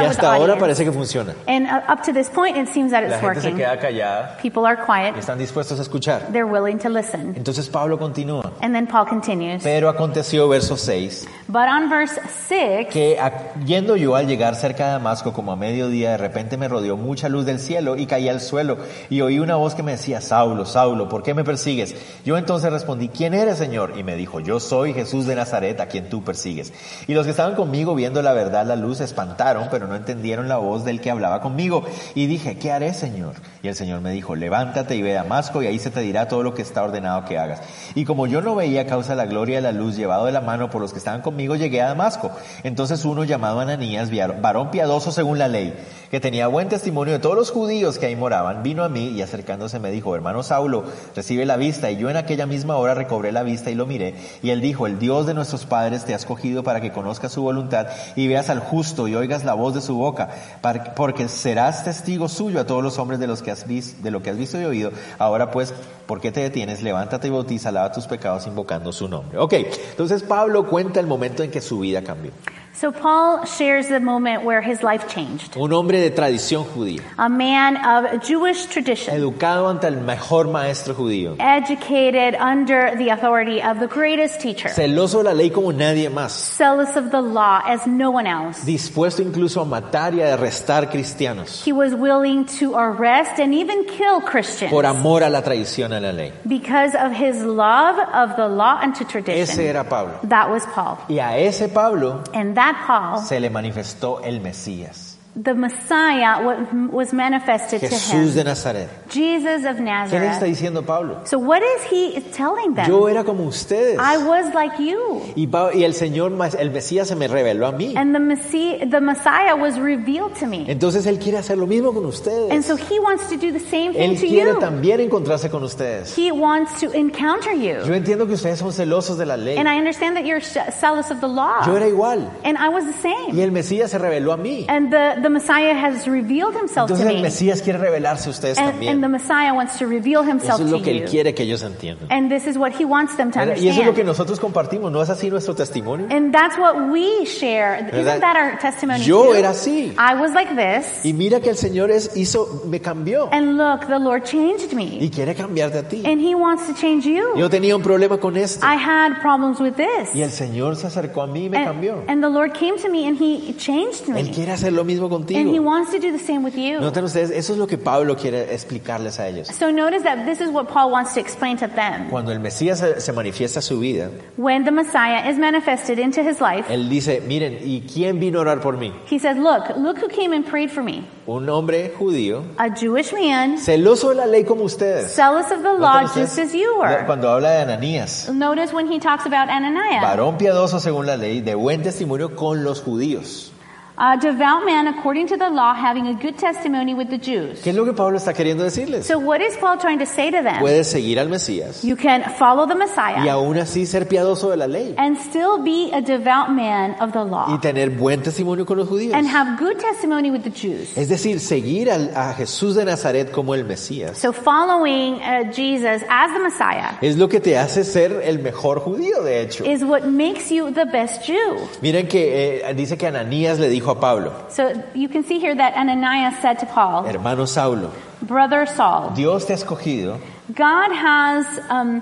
S1: Y
S2: with the
S1: hasta ahora
S2: audience.
S1: parece que funciona.
S2: and uh, up to this point, it seems that
S1: La
S2: it's
S1: gente se
S2: working.
S1: queda callada
S2: People are
S1: y
S2: quiet.
S1: están dispuestos a escuchar.
S2: They're willing to listen.
S1: Entonces Pablo continúa.
S2: And then Paul continues.
S1: Pero aconteció, verso 6,
S2: But on verse 6,
S1: que a- yendo yo al llegar cerca de Damasco como a mediodía, de repente me rodeó mucha luz del cielo y caí al suelo y oí una voz que me decía, Saulo, Saulo, ¿por qué me persigues? Yo entonces respondí, ¿quién eres, Señor? Y me dijo, yo soy Jesús de Nazaret, a quien tú persigues. Y los que estaban conmigo viendo la verdad, la luz, se espantaron, pero no entendieron la voz del que hablaba conmigo. Y dije, ¿qué haré, Señor? Y el Señor me dijo, levántate y ve a Damasco y ahí se te dirá todo lo que está ordenado que hagas. Y como yo no veía a causa de la gloria de la luz llevado de la mano por los que estaban conmigo, llegué a Damasco. Entonces uno llamado Ananías, viar- varón piadoso según la ley, que tenía buen testimonio de todos los judíos que ahí moraban, vino a mí y acercándose me dijo, hermano Saulo, recibe la vista. Y yo en aquella misma hora recobré la vista y lo miré. Y él dijo, el Dios de nuestros padres te ha escogido para que conozcas su voluntad y veas al justo y oigas la voz de su boca, para- porque serás testigo suyo a todos los hombres de, los que has vis- de lo que has visto y oído. Ahora pues, ¿por qué te detienes? Levántate y bautiza, lava tus pecados invocando su nombre. Ok, entonces Pablo cuenta el momento en que su vida cambió.
S2: so Paul shares the moment where his life changed.
S1: Un hombre de tradición judía,
S2: A man of Jewish tradition,
S1: educado ante el mejor maestro judío,
S2: educated under the authority of the greatest teacher,
S1: celoso de la ley como nadie más,
S2: zealous of the law as no one else.
S1: dispuesto incluso a matar y a arrestar cristianos
S2: He was willing to arrest and even kill Christians
S1: por amor a la tradición a la ley.
S2: because of his love of the law and to
S1: Ese
S2: tradition.
S1: era Pablo.
S2: That was Paul.
S1: Y a ese Pablo
S2: And that Paul
S1: se le manifestó el Mesías.
S2: the Messiah wa- was manifested
S1: Jesús
S2: to
S1: de
S2: him.
S1: Nazaret.
S2: Jesus of
S1: ¿Qué le está
S2: Nazareth.
S1: diciendo Pablo?
S2: So what is he telling them?
S1: Yo era como ustedes.
S2: I was like you.
S1: Y, Pa- y el Señor, mas- el Mesías se me reveló a mí.
S2: And the Messiah, the Messiah was revealed to me.
S1: Entonces Él quiere hacer lo mismo con
S2: And
S1: ustedes.
S2: so he wants to do the same thing
S1: Él
S2: to
S1: quiere
S2: you.
S1: también encontrarse con ustedes.
S2: He wants to encounter you.
S1: Yo entiendo que ustedes son celosos de la ley.
S2: And I understand that you're sh- zealous of the
S1: Yo
S2: law.
S1: era igual.
S2: And I was the
S1: Y
S2: same.
S1: el Mesías se reveló a mí.
S2: And the, the Messiah has revealed himself to
S1: Entonces el
S2: me.
S1: Mesías quiere revelarse a ustedes
S2: And, and the
S1: también.
S2: Messiah wants to reveal himself
S1: Eso es lo que
S2: to
S1: Él
S2: you.
S1: quiere que ellos entiendan.
S2: And this is what he wants them to
S1: ¿Verdad? Y eso es lo que
S2: understand.
S1: nosotros compartimos, ¿no es así nuestro testimonio?
S2: And that's what we share.
S1: ¿Verdad?
S2: Isn't that our testimony?
S1: Yo
S2: too?
S1: era así.
S2: I was like this.
S1: Y mira que el Señor es, hizo, me cambió
S2: And look, the Lord changed me.
S1: y quiere cambiarte a ti.
S2: And he wants to change you.
S1: Yo tenía un problema con esto
S2: I had problems with this.
S1: y el Señor se acercó a mí y me
S2: And,
S1: cambió.
S2: and the Lord came to me and he changed
S1: Él
S2: me.
S1: quiere hacer lo mismo
S2: And he
S1: contigo.
S2: wants to do the same with you.
S1: Noten ustedes, eso es lo que Pablo quiere explicarles a ellos.
S2: So notice that this is what Paul wants to explain to them.
S1: Cuando el Mesías se, se manifiesta a su vida,
S2: When the Messiah is manifested into his life,
S1: él dice, miren, ¿y quién vino a orar por mí?
S2: he said, Look, look who came and prayed for me.
S1: Un hombre judío,
S2: A Jewish man,
S1: celoso de la ley como ustedes.
S2: zealous of the
S1: Noten
S2: law,
S1: ustedes,
S2: just as you were.
S1: Cuando habla de Ananías,
S2: Notice when he talks about Ananias,
S1: varón piadoso según la ley, de buen testimonio con los judíos.
S2: a devout man according to the law, having a good testimony with the Jews.
S1: ¿Qué es lo que Pablo está queriendo decirles?
S2: So, what is Paul trying to say to them?
S1: Puedes seguir al Mesías
S2: You can follow the
S1: y
S2: Messiah
S1: aún así ser piadoso de la ley
S2: and still be a devout man of the
S1: y
S2: law
S1: tener buen testimonio con los judíos.
S2: and have good testimony with the Jews.
S1: Es decir, seguir al- a Jesús de Nazaret como el Mesías
S2: So following uh, Jesus as the Messiah
S1: es lo que te hace ser el mejor judío, de hecho.
S2: is what makes you the best Jew.
S1: Miren que eh, dice que Ananías le dijo a Pablo,
S2: So you can see here that Ananias said to Paul,
S1: hermano Saulo,
S2: Brother Saul,
S1: Dios te ha escogido,
S2: God has um,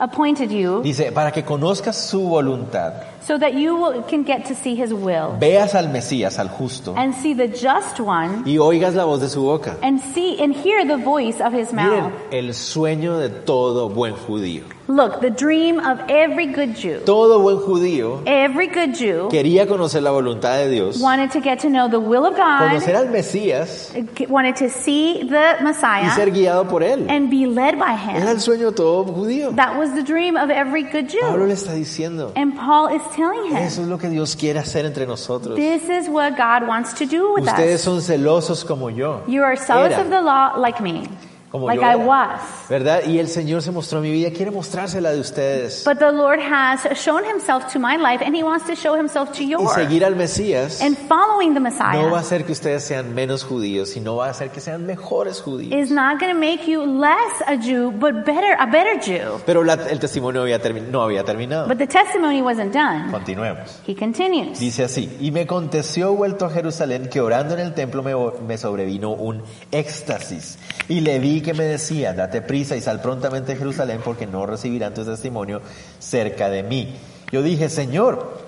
S2: appointed you
S1: dice, para que conozcas su voluntad,
S2: so that you will, can get to see his will
S1: veas al Mesías, al justo,
S2: and see the just one
S1: y oigas la voz de su boca.
S2: and see and hear the voice of his
S1: Miren,
S2: mouth.
S1: el sueño de todo buen judío.
S2: Look, the dream of every good Jew.
S1: Todo buen judío
S2: Every good Jew
S1: quería conocer la voluntad de Dios,
S2: wanted to get to know the will of God,
S1: conocer al Mesías
S2: wanted to see the
S1: y
S2: Messiah.
S1: ser guiado por él.
S2: and be led by
S1: Era
S2: him.
S1: el sueño de todo judío.
S2: That was the dream of every good
S1: Pablo
S2: Jew.
S1: le está diciendo,
S2: And Paul is telling him,
S1: eso es lo que Dios quiere hacer entre nosotros.
S2: this is what God wants to do with
S1: Ustedes
S2: us.
S1: son celosos como yo.
S2: You are zealous
S1: Era.
S2: of the law like me,
S1: Como
S2: like
S1: yo
S2: I
S1: era.
S2: was.
S1: ¿Verdad? Y el Señor se mostró en mi vida, quiere mostrársela de ustedes.
S2: But the Lord has shown himself to my life and he wants to show himself to
S1: Y
S2: yours.
S1: seguir al Mesías
S2: And following the
S1: no va a
S2: Messiah
S1: hacer que ustedes sean menos judíos, sino va a hacer que sean mejores judíos.
S2: is not going to make you less a Jew, but better, a better Jew.
S1: Pero la- el testimonio había termi- no había terminado.
S2: But the testimony wasn't done.
S1: Continuemos.
S2: He continues.
S1: Dice así, y me aconteció vuelto a Jerusalén que orando en el templo me, me sobrevino un éxtasis. Y le vi que me decía, date prisa y sal prontamente a Jerusalén porque no recibirán tu testimonio cerca de mí. Yo dije, Señor,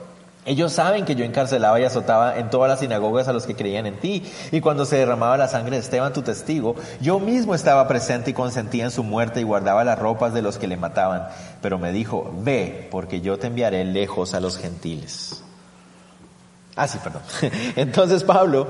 S1: ellos saben que yo encarcelaba y azotaba en todas las sinagogas a los que creían en ti. Y cuando se derramaba la sangre de Esteban, tu testigo, yo mismo estaba presente y consentía en su muerte y guardaba las ropas de los que le mataban. Pero me dijo, ve, porque yo te enviaré lejos a los gentiles. Ah, sí, perdón. Entonces Pablo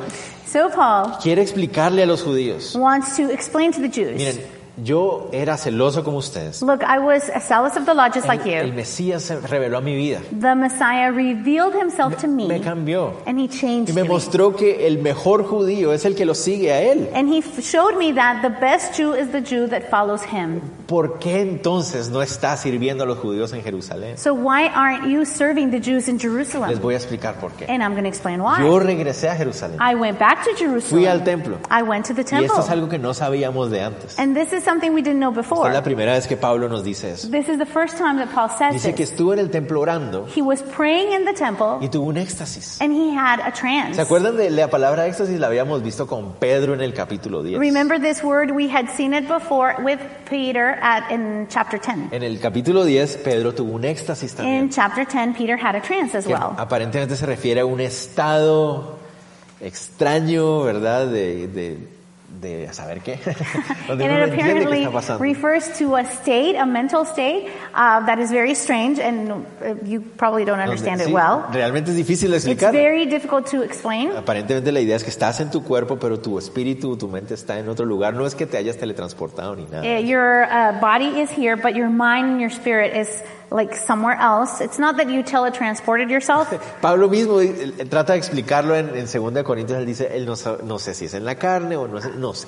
S2: So Paul
S1: quiere explicarle a los judíos,
S2: wants to explain to the Jews,
S1: miren, yo era celoso como ustedes.
S2: look, I was zealous of the law just like
S1: El, el
S2: you.
S1: Mesías se reveló a mi vida,
S2: The Messiah revealed himself to
S1: me
S2: me
S1: cambió
S2: and he
S1: y
S2: changed
S1: me
S2: me.
S1: mostró que el mejor judío es el que lo sigue a él.
S2: And he f- showed me that the best Jew is the Jew that follows him.
S1: ¿Por qué entonces no está sirviendo a los judíos en Jerusalén?
S2: So why aren't you serving the Jews in
S1: Les
S2: Jerusalem?
S1: voy a explicar por qué.
S2: And I'm going to explain why.
S1: Yo regresé a Jerusalén,
S2: I went back to
S1: fui al
S2: Jerusalem.
S1: templo
S2: I went to the
S1: y esto es
S2: temple.
S1: algo que no sabíamos de antes.
S2: And this is something we didn't know
S1: Esta es la
S2: before.
S1: primera vez que Pablo nos dice eso.
S2: This is the first time that Paul says
S1: Dice que
S2: this.
S1: estuvo en el templo orando
S2: He was praying in the
S1: y
S2: temple
S1: tuvo un éxtasis.
S2: and he had a trance.
S1: ¿Se acuerdan de la palabra éxtasis? La habíamos visto con Pedro en el capítulo 10.
S2: Remember this word? We had seen it before with Peter at, in chapter 10.
S1: En el capítulo 10, Pedro tuvo un éxtasis
S2: In
S1: también.
S2: chapter 10, Peter had a trance as
S1: que
S2: well.
S1: aparentemente se refiere a un estado extraño, ¿verdad? De, de- de saber qué.
S2: And
S1: Donde uno no
S2: it
S1: entiende qué
S2: apparently
S1: está pasando.
S2: refers to a state, a mental state, uh, that is very strange, and uh, you probably don't
S1: Donde-
S2: understand it
S1: sí,
S2: well.
S1: Realmente es difícil de
S2: It's
S1: explicar.
S2: very difficult to explain.
S1: Ah, Aparentemente la idea es que estás en tu cuerpo, pero tu espíritu, tu mente está en otro lugar. No es que te hayas teletransportado ni nada.
S2: Uh, Your uh, body is here, but your mind and your spirit is like somewhere else. It's not that you teletransported yourself.
S1: Pablo mismo eh, eh, trata de explicarlo en, en 2 Corintios. Él dice, él no, sa- no sé si es en la carne o no sé. No sé.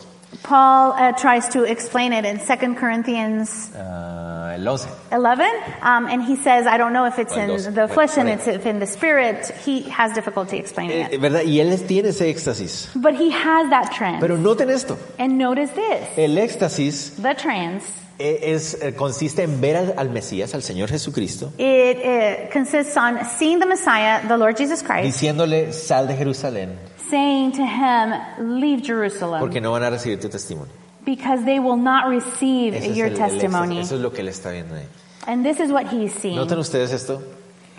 S2: Paul uh, tries to explain it in 2 Corinthians
S1: Ah, el 11.
S2: 11, um, and he says, I don't know if it's
S1: Well, those-
S2: in the flesh and
S1: well,
S2: it's if in the spirit. He has difficulty explaining
S1: Eh,
S2: it.
S1: eh, ¿Verdad? Y él tiene ese éxtasis.
S2: But he has that trance.
S1: Pero noten esto.
S2: And notice this.
S1: El éxtasis
S2: The trance,
S1: eh, es, eh, consiste en ver al, al Mesías, al Señor Jesucristo,
S2: it, uh consists on seeing the Messiah, the Lord Jesus Christ,
S1: diciéndole, sal de Jerusalén,
S2: saying to him, leave Jerusalem,
S1: porque no van a recibir tu testimonio.
S2: because they will not receive
S1: Ese es
S2: your
S1: el- el éxtasis.
S2: testimony.
S1: Eso es lo que él está viendo ahí.
S2: and this is what he's seeing.
S1: ¿Notan ustedes esto?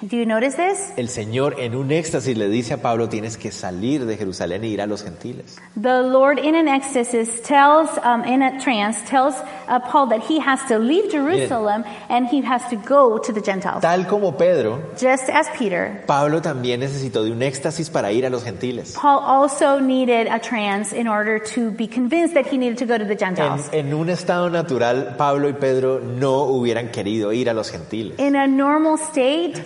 S2: Do you notice this?
S1: El Señor en un éxtasis le dice a Pablo, tienes que salir de Jerusalén e ir a los gentiles.
S2: The Lord in an ecstasy tells, um, in a trance, tells uh, Paul that he has to leave Jerusalem and he has to go to the Gentiles.
S1: Tal como Pedro,
S2: Just as Peter,
S1: Pablo también necesitó de un éxtasis para ir a los gentiles.
S2: Paul also needed a trance in order to be convinced that he needed to go to the
S1: En,
S2: Gentiles.
S1: en un estado natural, Pablo y Pedro no hubieran querido ir a los gentiles.
S2: In a normal state,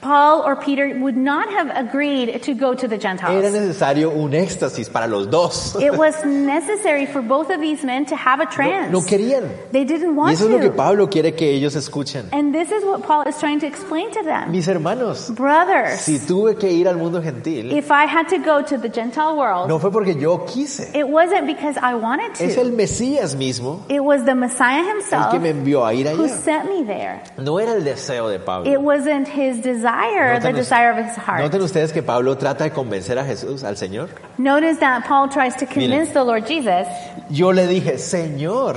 S2: Paul or Peter would not have agreed to go to the
S1: Era
S2: Gentiles.
S1: necesario un éxtasis para los dos.
S2: It was necessary for both of these men to have a
S1: No, no
S2: trance.
S1: querían.
S2: They didn't
S1: Y
S2: want
S1: eso es lo que
S2: to.
S1: Pablo quiere que ellos escuchen.
S2: And this is what Paul is trying to explain to them.
S1: Mis hermanos,
S2: Brothers,
S1: si tuve que ir al mundo gentil,
S2: if I had to go to the Gentile world,
S1: no fue porque yo quise.
S2: it wasn't because I wanted
S1: Es
S2: to.
S1: el Mesías mismo
S2: It was the Messiah
S1: el
S2: himself
S1: que me envió a ir
S2: who
S1: allá.
S2: sent me there.
S1: No era el deseo de
S2: It
S1: Pablo.
S2: wasn't his desire, the
S1: Noten-
S2: desire of his heart.
S1: Noten ustedes que Pablo trata de convencer a Jesús, al Señor.
S2: Notice that Paul tries to convince the Lord Jesus.
S1: Yo le dije, Señor,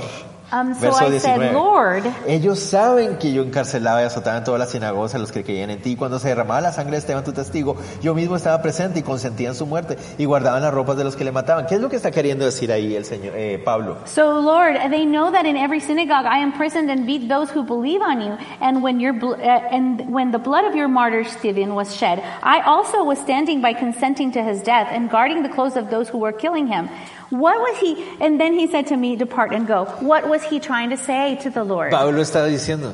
S2: Um, so
S1: Verso
S2: I said,
S1: 19.
S2: Lord,
S1: ellos saben que yo encarcelaba y azotaba en todas las sinagogas a los que creían en ti. Cuando se derramaba la sangre de Esteban, tu testigo, yo mismo estaba presente y consentía en su muerte y guardaban las ropas de los que le mataban. ¿Qué es lo que está queriendo decir ahí el Señor, eh, Pablo?
S2: So, Lord, they know that in every synagogue I imprisoned and beat those who believe on you. And when your bl- uh, and when the blood of your martyr Stephen was shed, I also was standing by consenting to his death and guarding the clothes of those who were killing him. What was he? And then he said to me, "Depart and go." What was he trying to say to the Lord?
S1: Pablo está diciendo,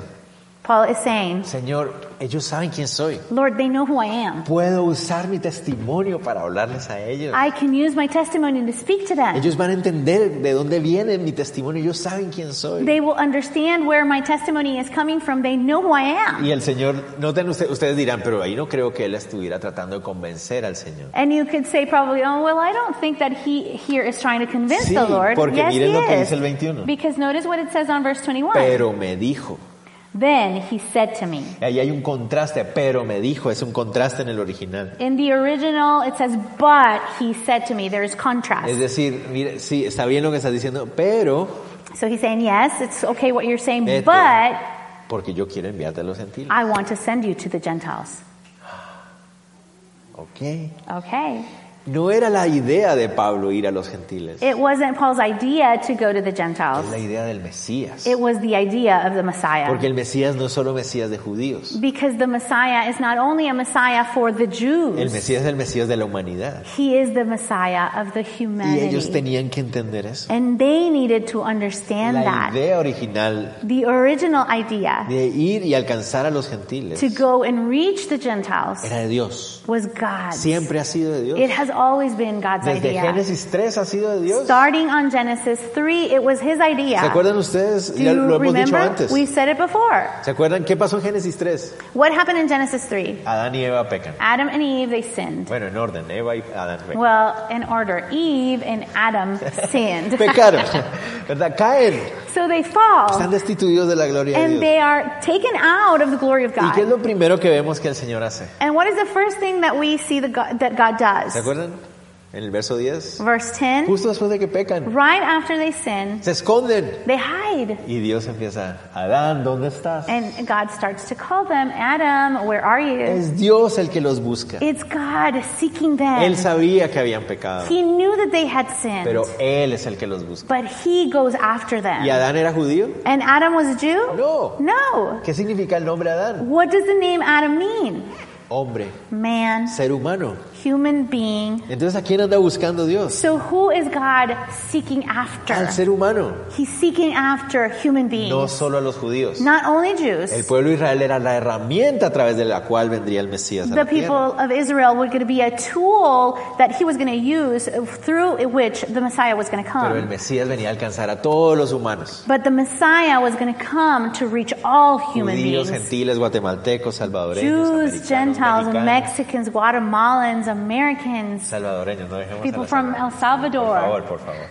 S2: Paul is saying,
S1: Señor, ellos saben quién soy.
S2: "Lord, they know who I am.
S1: Puedo usar mi testimonio para hablarles a ellos.
S2: I can use my testimony to speak to them."
S1: Ellos van a entender de dónde viene mi testimonio. Ellos saben quién soy.
S2: They will understand where my testimony is coming from. They know who I am.
S1: Y el Señor, noten ustedes, ustedes dirán, pero ahí no creo que él estuviera tratando de convencer al Señor.
S2: And you could say probably, oh, well, I don't think that he here is trying to convince
S1: Sí,
S2: the Lord.
S1: porque
S2: yes,
S1: miren
S2: he
S1: lo que
S2: is.
S1: dice el 21.
S2: Because notice what it says on verse 21.
S1: Pero me dijo.
S2: then he said to me.
S1: Ahí hay un contraste, pero me dijo, es un contraste en el original.
S2: In the original, it says, but he said to me. There's contrast.
S1: Es decir, mire, sí, está bien lo que estás diciendo, pero
S2: so he's saying, yes, it's okay what you're saying,
S1: Vete.
S2: but
S1: porque yo quiero enviarte a los gentiles.
S2: I want to send you to the Gentiles.
S1: Ok.
S2: Okay.
S1: No era la idea de Pablo ir a los gentiles.
S2: It wasn't Paul's idea to go to the
S1: Es la
S2: Gentiles.
S1: idea del Mesías.
S2: It was the idea of the Messiah.
S1: Porque el Mesías no es solo Mesías de judíos.
S2: because the Messiah is not only a Messiah for the
S1: El
S2: Jews.
S1: Mesías es el Mesías de la humanidad.
S2: He is the Messiah of the
S1: Y
S2: humanity.
S1: ellos tenían que entender eso.
S2: and they needed to understand
S1: La
S2: that.
S1: idea original
S2: The original idea
S1: de ir y alcanzar a los gentiles
S2: to go and reach the Gentiles
S1: era de Dios.
S2: was God's.
S1: Siempre ha sido de Dios.
S2: It has always been God's
S1: Desde
S2: idea.
S1: Génesis 3 ha sido de Dios.
S2: Starting on Genesis 3, it was his idea.
S1: ¿Se acuerdan ustedes?
S2: Do
S1: Ya
S2: you
S1: lo hemos dicho
S2: remember?
S1: antes.
S2: We said it before.
S1: ¿Se acuerdan qué pasó en Génesis 3?
S2: What happened in Genesis 3?
S1: Adán y Eva pecan.
S2: Adam and Eve, they sinned.
S1: Bueno, en orden, Eva y Adán pecan.
S2: Well, in order, Eve and Adam sinned.
S1: Pecaron, ¿verdad? Caen,
S2: so they fall.
S1: están destituidos de la gloria de
S2: And
S1: Dios.
S2: they are taken out of the glory of
S1: ¿Y
S2: God.
S1: qué es lo primero que vemos que el Señor hace?
S2: And what is the first thing that we see the God, that God
S1: ¿Se
S2: does?
S1: acuerdan? En el verso 10.
S2: Verse 10
S1: Justo después de que pecan,
S2: Right after they sin,
S1: se esconden.
S2: they hide.
S1: Y Dios empieza, Adán, ¿dónde estás?
S2: And God starts to call them Adam, where are you?
S1: Es Dios el que los busca.
S2: It's God seeking
S1: Él
S2: them.
S1: sabía que habían pecado,
S2: He knew that they had sinned,
S1: pero Él es el que los busca.
S2: but He goes after
S1: ¿Y
S2: them.
S1: Adán era judío?
S2: And Adam was a Jew?
S1: No.
S2: No.
S1: ¿Qué significa el nombre Adán?
S2: What does the name Adam mean?
S1: Hombre,
S2: Man,
S1: ser humano.
S2: human being.
S1: Entonces, ¿a quién anda buscando Dios?
S2: So who is God seeking
S1: Al
S2: after?
S1: ser humano,
S2: He's seeking after human
S1: no
S2: beings,
S1: solo a los judíos.
S2: not only
S1: El
S2: Jews.
S1: pueblo de Israel era la herramienta a través de la cual vendría el Mesías. a
S2: The
S1: la tierra.
S2: people of Israel were going to be a tool that he was going to use through which the Messiah was going to
S1: Pero el
S2: come.
S1: Mesías venía a alcanzar a todos los humanos.
S2: But the Messiah was going to come to reach all human
S1: Judíos,
S2: beings.
S1: gentiles, guatemaltecos, salvadoreños,
S2: Jews,
S1: americanos,
S2: Gentiles, and
S1: mexicanos,
S2: Mexicans, Guatemalans, Americans,
S1: salvadoreños, no dejemos a
S2: people
S1: los
S2: from
S1: salvadoreños.
S2: El
S1: Por
S2: Salvador,
S1: favor, por favor.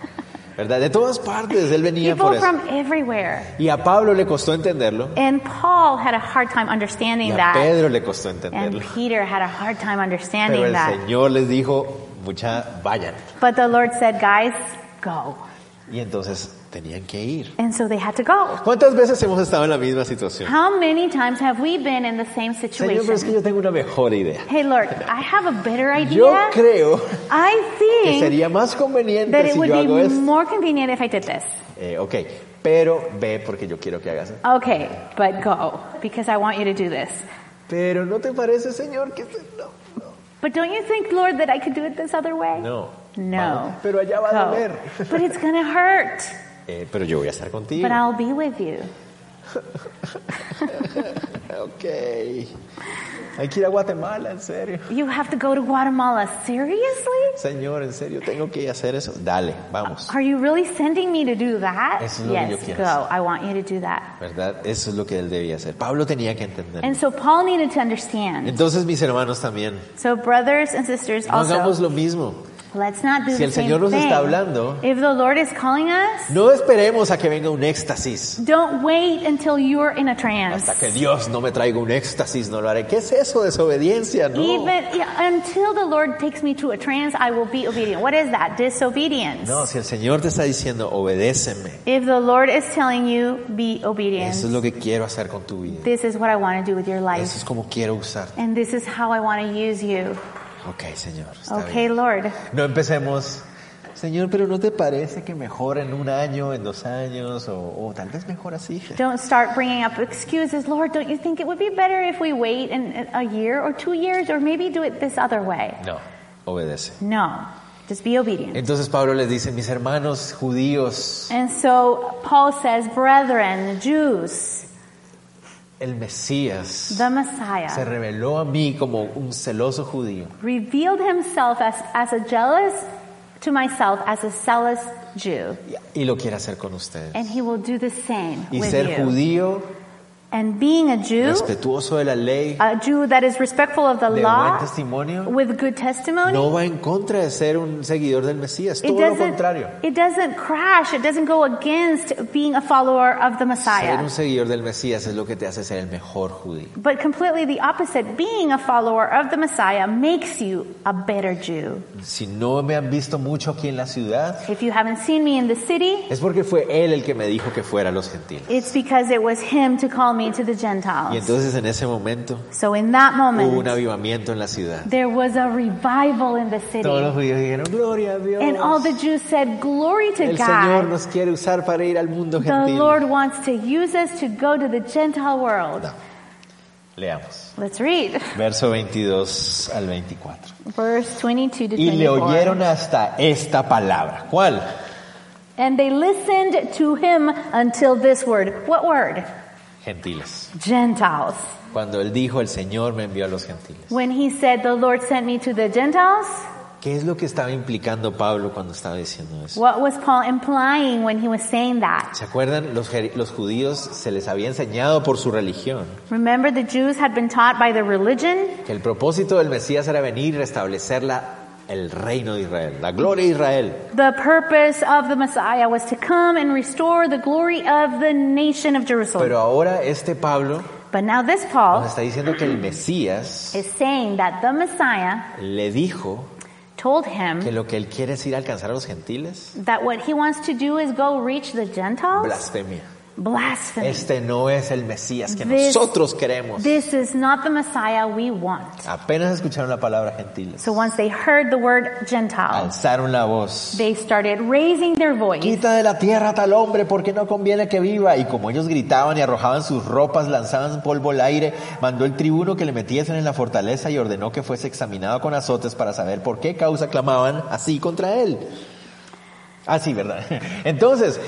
S1: ¿Verdad? De todas partes él venía por
S2: people
S1: eso.
S2: from everywhere.
S1: Y a Pablo le costó entenderlo.
S2: And Paul had a hard time
S1: Y
S2: understanding
S1: a
S2: that.
S1: Pedro le costó
S2: And
S1: entenderlo.
S2: Peter had a hard time
S1: Pero
S2: understanding
S1: el
S2: that.
S1: Señor les dijo, mucha, vayan.
S2: But the Lord said, guys, go.
S1: Y entonces tenían que ir.
S2: And so they had to go.
S1: ¿Cuántas veces hemos estado en la misma situación?
S2: How many times have we been in the same
S1: Señor, pero es que
S2: situation?
S1: yo tengo una mejor idea.
S2: Hey, Lord, I have a better
S1: Yo
S2: idea.
S1: creo
S2: I
S1: que
S2: think
S1: sería más
S2: that
S1: conveniente
S2: it
S1: si
S2: would
S1: yo
S2: be
S1: hago esto.
S2: more convenient if I did this.
S1: Eh, ok, pero ve porque yo quiero que hagas. esto.
S2: Okay, but go, because I want you to do this.
S1: Pero ¿no te parece, Señor, que este- no?
S2: But don't you think, Lord, that I could do it this other way?
S1: No.
S2: No.
S1: Pero allá va a
S2: Go.
S1: doler.
S2: But it's going to hurt.
S1: Eh, pero yo voy a estar contigo.
S2: But I'll be with you.
S1: Ok. Hay que ir a Guatemala, en serio.
S2: You have to go to Guatemala. Seriously?
S1: Señor, en serio, tengo que ir a hacer eso. Dale, vamos.
S2: Are you really sending me to do that?
S1: Eso es lo que
S2: yes,
S1: yo quiero
S2: go.
S1: hacer.
S2: I want you to do that.
S1: ¿Verdad? Eso es lo que él debía hacer. Pablo tenía que entender.
S2: And so Paul needed to understand.
S1: Entonces, mis hermanos también,
S2: So brothers and sisters,
S1: no hagamos
S2: also,
S1: lo mismo.
S2: let's not do
S1: Si
S2: the
S1: el
S2: same
S1: Señor nos
S2: thing.
S1: está hablando-
S2: if the Lord is calling us,
S1: No esperemos a que venga un éxtasis.
S2: don't wait until you're in a trance.
S1: Hasta que Dios no me traiga un éxtasis, no lo haré. ¿Qué es eso? Desobediencia, no.
S2: Even yeah, until the Lord takes me to a trance, I will be obedient. What is that? Disobedience.
S1: No, si el Señor te está diciendo, obedéceme.
S2: If the Lord is telling you, be obedient.
S1: Eso es lo que quiero hacer con tu vida.
S2: This is what I want to do with your life.
S1: Eso es como quiero usarte.
S2: And this is how I want to use you.
S1: Ok, Señor. está
S2: Okay,
S1: bien.
S2: Lord.
S1: No empecemos. Señor, pero ¿no te parece que mejor en un año, en dos años, o, o tal vez mejor así?
S2: Don't start bringing up excuses. Lord, don't you think it would be better if we wait in a year or two years or maybe do it this other way?
S1: No, obedece.
S2: No, just be obedient.
S1: Entonces Pablo les dice, mis hermanos judíos,
S2: And so Paul says, brethren, Jews,
S1: el Mesías
S2: the
S1: se
S2: Messiah,
S1: reveló a mí como un celoso judío.
S2: revealed himself as, as a jealous to myself as a zealous Jew.
S1: Y lo quiere hacer con ustedes.
S2: And he will do the same
S1: Y
S2: with
S1: ser
S2: you.
S1: judío,
S2: And being a Jew,
S1: respetuoso de la ley,
S2: a Jew that is respectful of the
S1: de buen
S2: law,
S1: testimonio,
S2: with good testimony,
S1: no va en contra de ser un seguidor del Mesías.
S2: It
S1: Todo lo
S2: doesn't,
S1: contrario.
S2: it doesn't crash. It doesn't go against being a follower of
S1: Ser
S2: the Messiah.
S1: un seguidor del Mesías es lo que te hace ser el mejor judío.
S2: But completely the opposite. Being a follower of the Messiah makes you a better Jew.
S1: Si no me han visto mucho aquí en la ciudad,
S2: If you haven't seen me in the city,
S1: es porque fue él el que me dijo que fuera a los gentiles.
S2: it's because it was him to call me to the
S1: Y
S2: Gentiles.
S1: entonces en ese momento
S2: So in that
S1: hubo un
S2: moment,
S1: avivamiento en la ciudad.
S2: there was a revival in the
S1: Todos los
S2: city.
S1: judíos dijeron, gloria a Dios.
S2: And all the Jews said, Glory to
S1: El Señor
S2: God.
S1: nos quiere usar para ir al mundo
S2: The
S1: gentil.
S2: Lord wants to use us to go to the Gentile world.
S1: No. Leamos.
S2: Let's read
S1: Verso 22 al 24.
S2: verse 22 to
S1: Y le
S2: 24.
S1: oyeron hasta esta palabra. ¿Cuál?
S2: And they listened to him until this word. What word?
S1: Gentiles.
S2: Gentiles.
S1: Cuando él dijo, el Señor me envió a los gentiles.
S2: When he said, The Lord sent me to the Gentiles,
S1: ¿Qué es lo que estaba implicando Pablo cuando estaba diciendo eso?
S2: what was Paul implying when he was saying that?
S1: ¿Se acuerdan? Los, jer- los judíos se les había enseñado por su religión
S2: Remember, the Jews had been taught by their religion
S1: que el propósito del Mesías era venir y restablecer la- el reino de Israel, la gloria de Israel.
S2: the purpose of the Messiah was to come and restore the glory of the nation of Jerusalem.
S1: Pero ahora este Pablo
S2: But now this
S1: nos
S2: Paul
S1: está diciendo que el Mesías
S2: is saying that the Messiah
S1: le dijo
S2: told
S1: que
S2: him
S1: lo que él quiere es ir a alcanzar a los gentiles.
S2: that what he wants to do is go reach the Gentiles?
S1: Blasfemia.
S2: Blasphemy.
S1: Este no es el Mesías que
S2: This-
S1: nosotros queremos.
S2: This is not the Messiah we want.
S1: Apenas escucharon la palabra gentiles.
S2: So once they heard the word Gentile,
S1: Alzaron la voz.
S2: they started raising their voice.
S1: Quita de la tierra a tal hombre porque no conviene que viva. Y como ellos gritaban y arrojaban sus ropas, lanzaban polvo al aire, mandó el tribuno que le metiesen en la fortaleza y ordenó que fuese examinado con azotes para saber por qué causa clamaban así contra él. Ah, sí, ¿verdad? Entonces,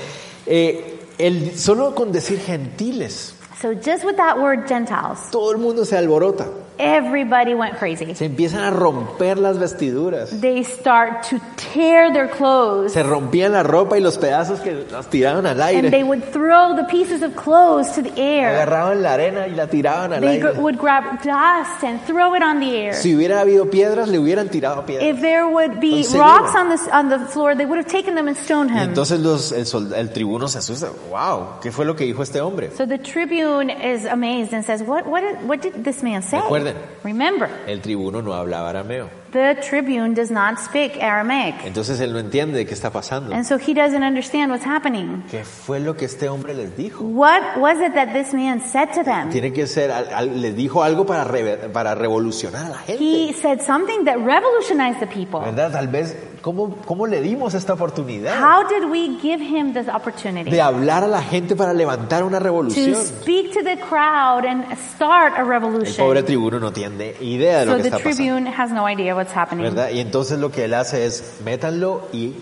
S1: eh, el- solo con decir gentiles,
S2: So just with that word Gentiles,
S1: todo el mundo se alborota.
S2: everybody went crazy.
S1: Se empiezan a romper las vestiduras.
S2: They start to tear their clothes
S1: Se rompían la ropa y los pedazos que los tiraban al
S2: and they
S1: aire.
S2: would throw the pieces of clothes to the air.
S1: Agarraban la arena y la tiraban al
S2: They
S1: aire.
S2: gr- would grab dust and throw it on the air.
S1: Si hubiera habido piedras, le hubieran tirado piedras.
S2: If there would be
S1: Enseguida.
S2: rocks on the, on the floor, they would have taken them and stoned
S1: Y
S2: him.
S1: entonces los- el, sol- el tribuno se asusta. ¡Wow! ¿Qué fue lo que dijo este hombre?
S2: So the tribune is amazed and says, "What? What? Did, what did this man say?"
S1: Recuerden.
S2: Remember,
S1: El tribuno no hablaba arameo.
S2: the tribune does not speak Aramaic,
S1: Entonces él no entiende de qué está pasando.
S2: and so he doesn't understand what's happening.
S1: ¿Qué fue lo que este hombre les dijo?
S2: What was it that this man said to them?
S1: Tiene que ser, al- al- les dijo algo para, rever- para revolucionar a la
S2: He
S1: gente.
S2: said something that revolutionized the people.
S1: ¿Verdad? Tal vez, ¿cómo, cómo le dimos esta oportunidad?
S2: How did we give him this opportunity
S1: De hablar a la gente para levantar una
S2: to
S1: revolución.
S2: speak to the crowd and start a
S1: El pobre
S2: revolution?
S1: tribuno no tiene idea de lo
S2: So
S1: que
S2: the
S1: está pasando.
S2: tribune has no idea what's happening.
S1: ¿Verdad? Y entonces lo que él hace es métanlo y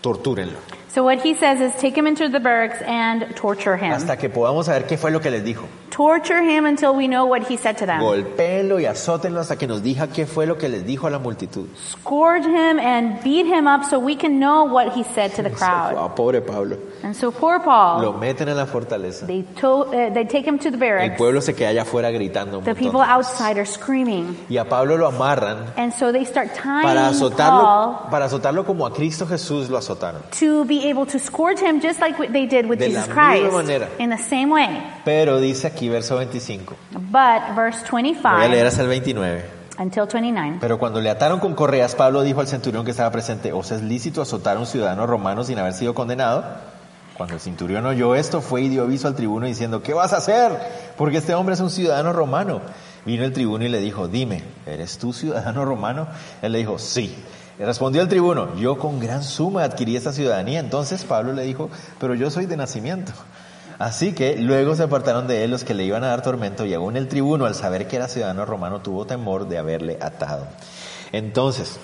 S1: tortúrenlo.
S2: So what he says is, take him into the barracks and torture him.
S1: Hasta que podamos saber qué fue lo que les dijo.
S2: Torture him until we know what he said to them.
S1: Golpéenlo y azótenlo hasta que nos diga qué fue lo que les dijo a la multitud.
S2: scourge him and beat him up so we can know what he said to the crowd.
S1: Wow, Ah, pobre Pablo.
S2: And so poor Paul,
S1: Lo meten en la fortaleza.
S2: they, to- uh, they take him to the
S1: El
S2: barracks.
S1: pueblo se queda allá afuera gritando. un
S2: The
S1: montón.
S2: people outside are screaming.
S1: Y a Pablo lo amarran
S2: And so they start
S1: para
S2: tying Paul
S1: azotarlo, para azotarlo como a Cristo Jesús lo azotaron.
S2: to be able to scourge him just like what they did with
S1: De la
S2: Jesus
S1: misma
S2: Christ
S1: manera.
S2: in the same way.
S1: Pero dice aquí verso 25.
S2: But verse
S1: Voy a leer
S2: 25
S1: hasta el 29.
S2: until 29.
S1: Pero cuando le ataron con correas, Pablo dijo al centurión que estaba presente, ¿os es lícito azotar a un ciudadano romano sin haber sido condenado? Cuando el centurión oyó esto, fue y dio aviso al tribuno diciendo, ¿qué vas a hacer? Porque este hombre es un ciudadano romano. Vino el tribuno y le dijo, dime, ¿eres tú ciudadano romano? Él le dijo, sí. Y respondió el tribuno, yo con gran suma adquirí esta ciudadanía. Entonces Pablo le dijo, pero yo soy de nacimiento. Así que luego se apartaron de él los que le iban a dar tormento y aún el tribuno al saber que era ciudadano romano tuvo temor de haberle atado. Entonces,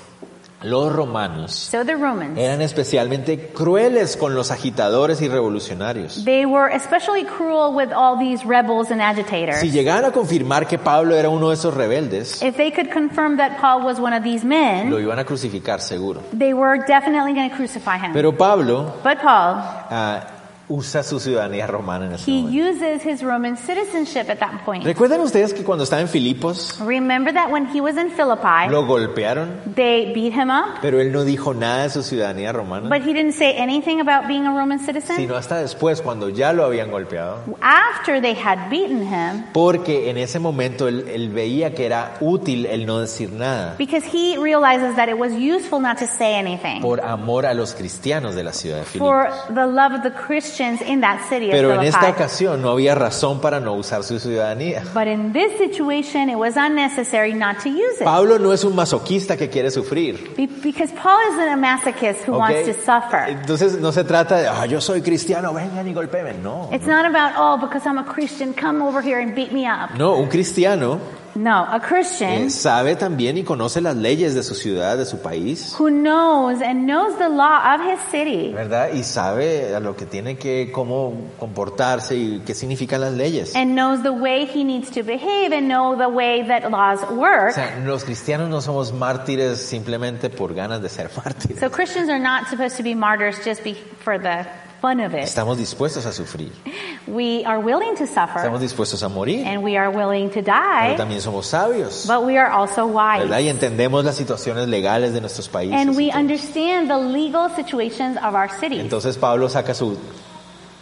S1: los romanos
S2: So the Romans,
S1: eran especialmente crueles con los agitadores y revolucionarios.
S2: they were especially cruel with all these rebels and agitators.
S1: Si llegaran a confirmar que Pablo era uno de esos rebeldes,
S2: If they could confirm that Paul was one of these men,
S1: lo iban a crucificar seguro.
S2: They were definitely going to crucify him.
S1: Pero Pablo
S2: but Paul,
S1: ah, usa su ciudadanía romana en ese
S2: he
S1: momento.
S2: uses his Roman citizenship at that point.
S1: ¿Recuerdan ustedes que cuando estaba en Filipos
S2: Remember that when he was in Philippi,
S1: lo golpearon,
S2: they beat him up,
S1: pero él no dijo nada de su ciudadanía romana?
S2: but he didn't say anything about being a Roman citizen
S1: sino hasta después cuando ya lo habían golpeado.
S2: after they had beaten him
S1: Porque en ese momento él, él veía que era útil el no decir nada
S2: because he realizes that it was useful not to say anything
S1: por amor a los cristianos de la ciudad de Filipos.
S2: for the love of the Christians in that city of
S1: Pero en esta
S2: Philippi.
S1: ocasión no había razón para no usar su ciudadanía.
S2: But in this situation, it was unnecessary not to use it.
S1: Pablo no es un masoquista que quiere sufrir.
S2: Be- Because Paul isn't a masochist who
S1: ¿ok?
S2: wants to suffer.
S1: Entonces no se trata de, ah, yo soy cristiano, vengan y golpeenme. No.
S2: It's not about, oh, because I'm a Christian, come over here and beat me up.
S1: No, un cristiano
S2: No, a
S1: eh,
S2: Christian
S1: sabe también y conoce las leyes de su ciudad, de su país,
S2: who knows and knows the law of his city
S1: ¿verdad? Y sabe a lo que tiene que, cómo comportarse y qué significan las leyes.
S2: and knows the way he needs to behave and know the way that laws
S1: O
S2: work.
S1: sea, los cristianos no somos mártires simplemente por ganas de ser mártires.
S2: So Christians are not supposed to be martyrs just be for the fun of it.
S1: Estamos dispuestos a sufrir,
S2: Eh, We are willing to
S1: estamos
S2: suffer
S1: dispuestos a morir,
S2: and we are willing to
S1: pero
S2: die,
S1: también somos sabios,
S2: but we are also
S1: ¿verdad?
S2: wise.
S1: Y entendemos las situaciones legales de nuestros países.
S2: And we
S1: y todo.
S2: understand the legal situations of our cities.
S1: Entonces Pablo saca su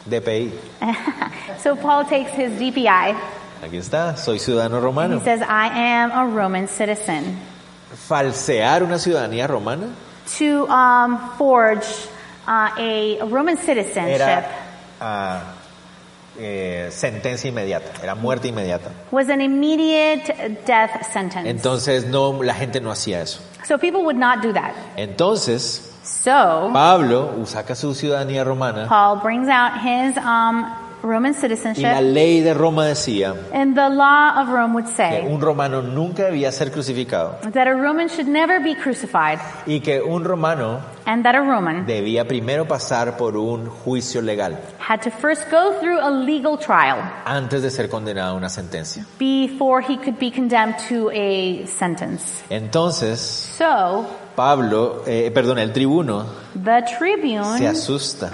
S1: DPI.
S2: So Paul takes his DPI.
S1: Aquí está, soy ciudadano
S2: He
S1: romano.
S2: says, I am a Roman citizen.
S1: falsear una ciudadanía romana
S2: to um, forge uh, a Roman citizenship
S1: era ah, eh, sentencia inmediata, era muerte inmediata.
S2: was an immediate death sentence.
S1: Entonces no, la gente no hacía eso.
S2: so people would not do that.
S1: Entonces
S2: So
S1: Pablo saca su ciudadanía romana
S2: Paul brings out his um, Roman
S1: y la
S2: citizenship,
S1: ley de Roma decía
S2: and the law of Rome would
S1: que
S2: say
S1: un romano nunca debía ser crucificado
S2: that a Roman should never be crucified,
S1: y que un romano
S2: and that a Roman
S1: debía primero pasar por un juicio legal
S2: had to first go through a legal trial
S1: antes de ser condenado a una sentencia.
S2: before he could be condemned to a sentence.
S1: Entonces
S2: So
S1: Pablo, eh, perdón, el tribuno
S2: the
S1: se
S2: tribune
S1: asusta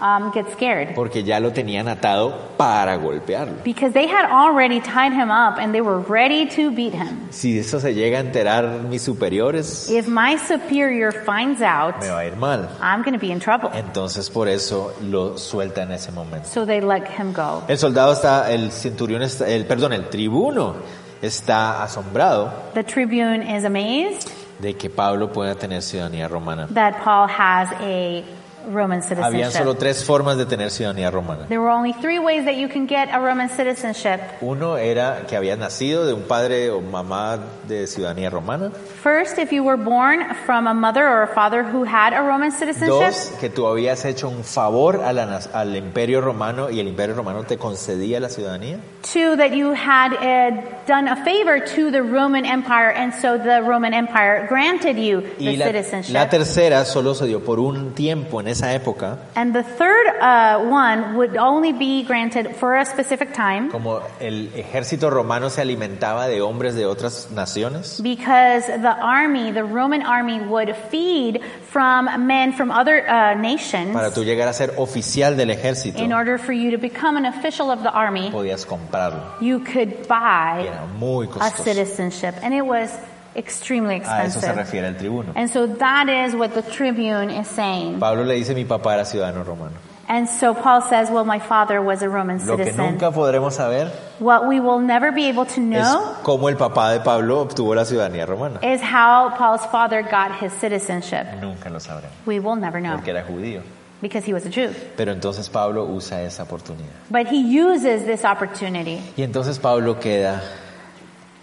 S2: um, gets scared
S1: porque ya lo tenían atado para golpearlo.
S2: because they had already tied him up and they were ready to beat him.
S1: Si eso se llega a enterar mis superiores,
S2: If my superior finds out,
S1: me va a ir mal.
S2: I'm going to be in trouble.
S1: Entonces por eso lo suelta en ese momento.
S2: So they let him go.
S1: El soldado está, el centurión está, el, perdón, el tribuno está asombrado
S2: The tribune is amazed
S1: de que Pablo pueda tener ciudadanía romana.
S2: that Paul has a Roman
S1: Habían solo
S2: citizenship.
S1: tres formas de tener ciudadanía romana.
S2: There were only three ways that you can get a Roman citizenship.
S1: Uno era que había nacido de un padre o mamá de ciudadanía romana.
S2: First, if you were born from a mother or a father who had a Roman citizenship.
S1: Dos, que tú habías hecho un favor a la na- al imperio romano y el imperio romano te concedía la ciudadanía.
S2: Two, that you had uh, done a favor to the Roman Empire, and so the Roman Empire granted you
S1: Y
S2: the
S1: la,
S2: citizenship.
S1: la tercera solo se dio por un tiempo en esa época,
S2: and the third uh, one would only be granted for a specific time
S1: como el ejército romano se alimentaba de hombres de otras naciones.
S2: because the army, the Roman army, would feed from men from other uh, nations
S1: Para tú llegar a ser oficial del ejército,
S2: in order for you to become an official of the army.
S1: podías comprarlo.
S2: You could
S1: y
S2: buy
S1: Era muy
S2: a
S1: costoso.
S2: citizenship, and it was extremely
S1: A Ah, eso se
S2: expensive.
S1: refiere el tribuno.
S2: And so that is what the Tribune is saying.
S1: Pablo le dice, mi papá era ciudadano romano.
S2: And so Paul says, well, my father was a Roman
S1: Lo que
S2: citizen.
S1: nunca podremos saber
S2: What we will never be able
S1: es
S2: to know
S1: cómo el papá de Pablo obtuvo la ciudadanía romana.
S2: is how Paul's father got his citizenship.
S1: Nunca lo sabremos,
S2: We will never know
S1: porque era judío.
S2: because he was a Jew.
S1: Pero entonces Pablo usa esa oportunidad.
S2: But he uses this opportunity.
S1: Y entonces Pablo queda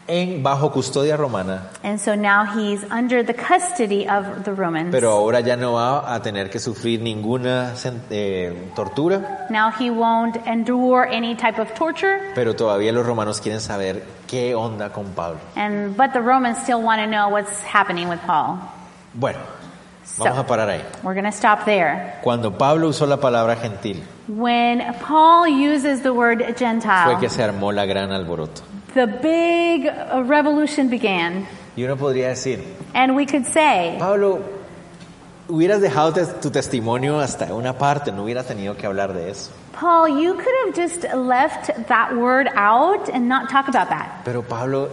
S1: en bajo custodia romana,
S2: And so now he's under the custody of the Romans.
S1: pero ahora ya no va a tener que sufrir ninguna sen- eh, tortura,
S2: now he won't endure any type of torture.
S1: pero todavía los romanos quieren saber qué onda con Pablo.
S2: And but the Romans still want to know what's happening with Paul.
S1: Bueno, vamos
S2: So
S1: a parar ahí.
S2: we're going to stop there.
S1: Cuando Pablo usó la palabra gentil,
S2: When Paul uses the word
S1: fue
S2: Gentile,
S1: que se armó la gran alboroto.
S2: the big uh, revolution began.
S1: Y uno podría decir,
S2: And we could say,
S1: Pablo, hubieras dejado te- tu testimonio hasta una parte, no hubieras tenido que hablar de eso.
S2: Paul, you could have just left that word out and not talk about that.
S1: Pero Pablo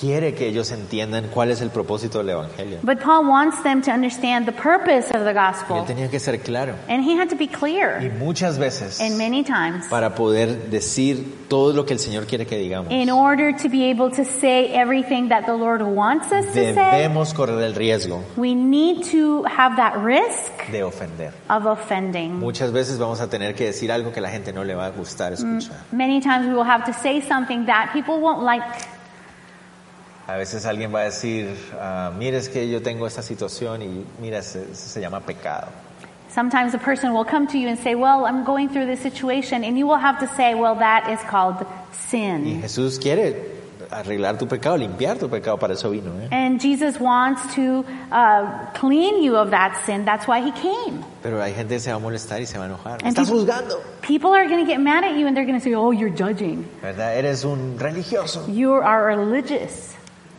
S1: quiere que ellos entiendan cuál es el propósito del Evangelio.
S2: But Paul wants them to understand the purpose of
S1: Y
S2: the
S1: él
S2: gospel.
S1: tenía que ser claro.
S2: And he had to be
S1: Y
S2: clear.
S1: muchas veces,
S2: And many times,
S1: para poder decir todo lo que el Señor quiere que digamos,
S2: in order to be able to say everything that the Lord wants us to say,
S1: debemos correr el riesgo
S2: we need to have that risk
S1: de ofender.
S2: of offending.
S1: Muchas veces vamos a tener que decir algo que la gente no le va a gustar escuchar.
S2: Many times we will have to say something that people won't like.
S1: A veces alguien va a decir, ah, mire, es que yo tengo esta situación y mira, se, eso se llama pecado.
S2: Sometimes a person will come to you and say, Well, I'm going through this situation, and you will have to say, Well, that is called
S1: Y
S2: sin.
S1: Jesús quiere arreglar tu pecado, limpiar tu pecado, para eso vino. ¿eh?
S2: And Jesus wants to uh, clean you of that sin. That's why he came.
S1: Pero hay gente que se va a molestar y se va a enojar. ¡Me
S2: And
S1: estás
S2: people-
S1: juzgando!
S2: People are going to get mad at you and they're going to say, Oh, you're judging.
S1: ¿Verdad? Eres un religioso.
S2: You are religious.